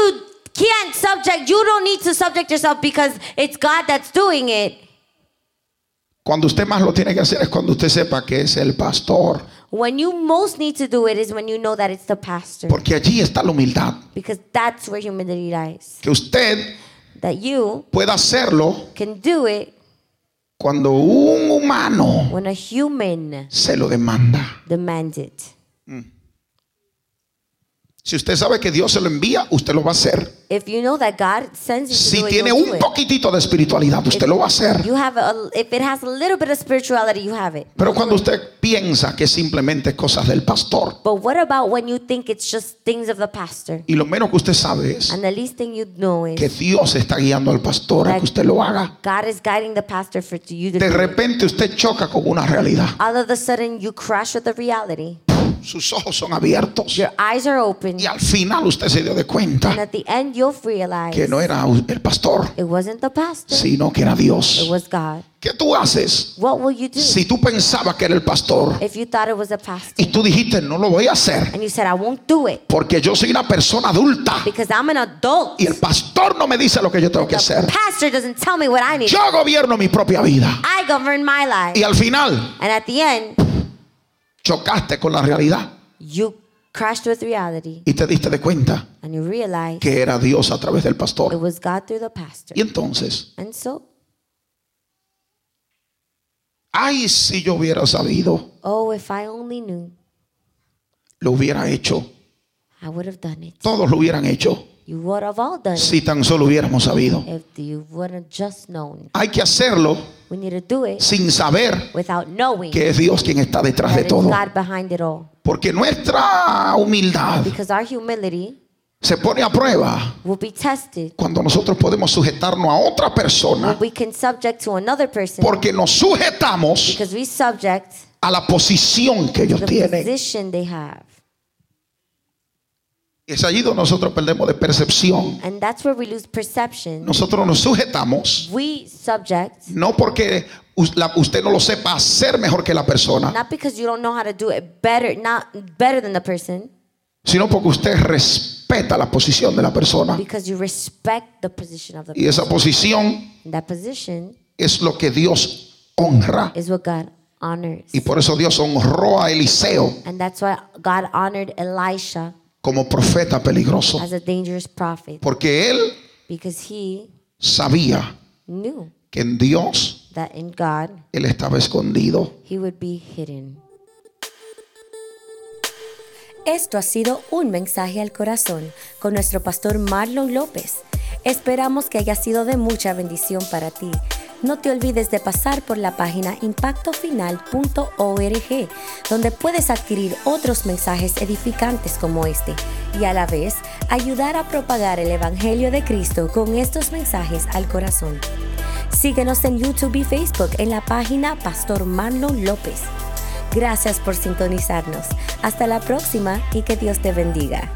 B: can't subject you don't need to subject yourself because it's God that's doing it.
D: Cuando usted más lo tiene que hacer es cuando usted sepa que es el pastor.
B: When you most need to do it is when you know that it's the pastor.
D: Porque allí está la humildad.
B: Because that's where humility lies.
D: Que usted
B: That you
D: pueda hacerlo
B: can do it
D: cuando un humano
B: when a human
D: se lo demanda.
B: demands it.
D: Si usted sabe que Dios se lo envía, usted lo va a hacer.
B: If you know that God sends you to
D: Si
B: do it,
D: tiene
B: you'll
D: un
B: do it.
D: poquitito de espiritualidad, usted lo va a hacer.
B: You have a, if it has a little bit of spirituality, you have it.
D: Pero cuando usted piensa que simplemente es cosas del pastor
B: But what about when you think it's just things of the pastor?
D: y lo menos que usted sabe es
B: And the least thing you know
D: que
B: is
D: Dios está guiando al pastor a que usted lo haga.
B: God is guiding the pastor for to you to
D: De
B: do it.
D: repente usted choca con una realidad.
B: All of a sudden, you crash with the reality.
D: Sus ojos son abiertos
B: Your eyes are open,
D: y al final usted se dio de
B: and
D: cuenta
B: at the end, you'll realize
D: que no era el pastor,
B: it wasn't the pastor,
D: sino que era
B: it
D: Dios.
B: was God.
D: ¿Qué tú haces
B: What will you do
D: si tú pensabas que era el pastor
B: if you thought it was a pastor
D: y tú dijiste no lo voy a hacer
B: and you said, I won't do it
D: porque yo soy una persona adulta
B: because I'm an adult?
D: y el pastor no me dice lo que yo tengo que hacer?
B: The pastor doesn't tell me what I need.
D: Yo gobierno mi propia vida.
B: I govern my life.
D: Y al final
B: And at the end,
D: chocaste con la realidad
B: you crashed with reality
D: y te diste de cuenta
B: and you realize
D: que era Dios a través del
B: it
D: pastor.
B: was God through the pastor.
D: Y entonces,
B: And so,
D: ay, si yo hubiera sabido,
B: oh, if I only knew,
D: lo hubiera hecho.
B: I would have done it.
D: Todos lo hubieran hecho
B: You would have all done it
D: si tan solo hubiéramos sabido.
B: if you would have just known.
D: Hay que hacerlo
B: We need to do it
D: sin saber
B: without knowing
D: que es Dios quien está detrás
B: that
D: de
B: it's
D: todo.
B: God behind it all.
D: Porque nuestra humildad
B: Because our humility
D: se pone a prueba
B: will be tested
D: cuando nosotros podemos sujetarnos a otra
B: when
D: persona.
B: we can subject to another person
D: Porque nos sujetamos
B: because we subject
D: a la posición que ellos
B: the
D: tienen.
B: position they have.
D: Es allí donde nosotros perdemos de percepción.
B: And that's where we lose perception.
D: Nosotros nos sujetamos,
B: We subject
D: no porque us- la- usted no lo sepa hacer mejor que la persona,
B: not because you don't know how to do it better, not better than the person,
D: sino porque usted respeta la posición de la persona.
B: because you respect the position of the
D: Y
B: person.
D: esa posición
B: And that position
D: es lo que Dios honra.
B: is what God honors.
D: Y por eso Dios honró a Eliseo
B: And that's why God honored Elisha
D: como profeta peligroso,
B: as a dangerous prophet,
D: porque él
B: because he
D: sabía
B: knew
D: que en Dios
B: that in God
D: él estaba escondido.
B: he would be hidden.
C: Esto ha sido un mensaje al corazón con nuestro pastor Marlon López. Esperamos que haya sido de mucha bendición para ti. No te olvides de pasar por la página impactofinal.org, donde puedes adquirir otros mensajes edificantes como este y a la vez ayudar a propagar el Evangelio de Cristo con estos mensajes al corazón. Síguenos en YouTube y Facebook en la página Pastor Marlon López. Gracias por sintonizarnos. Hasta la próxima y que Dios te bendiga.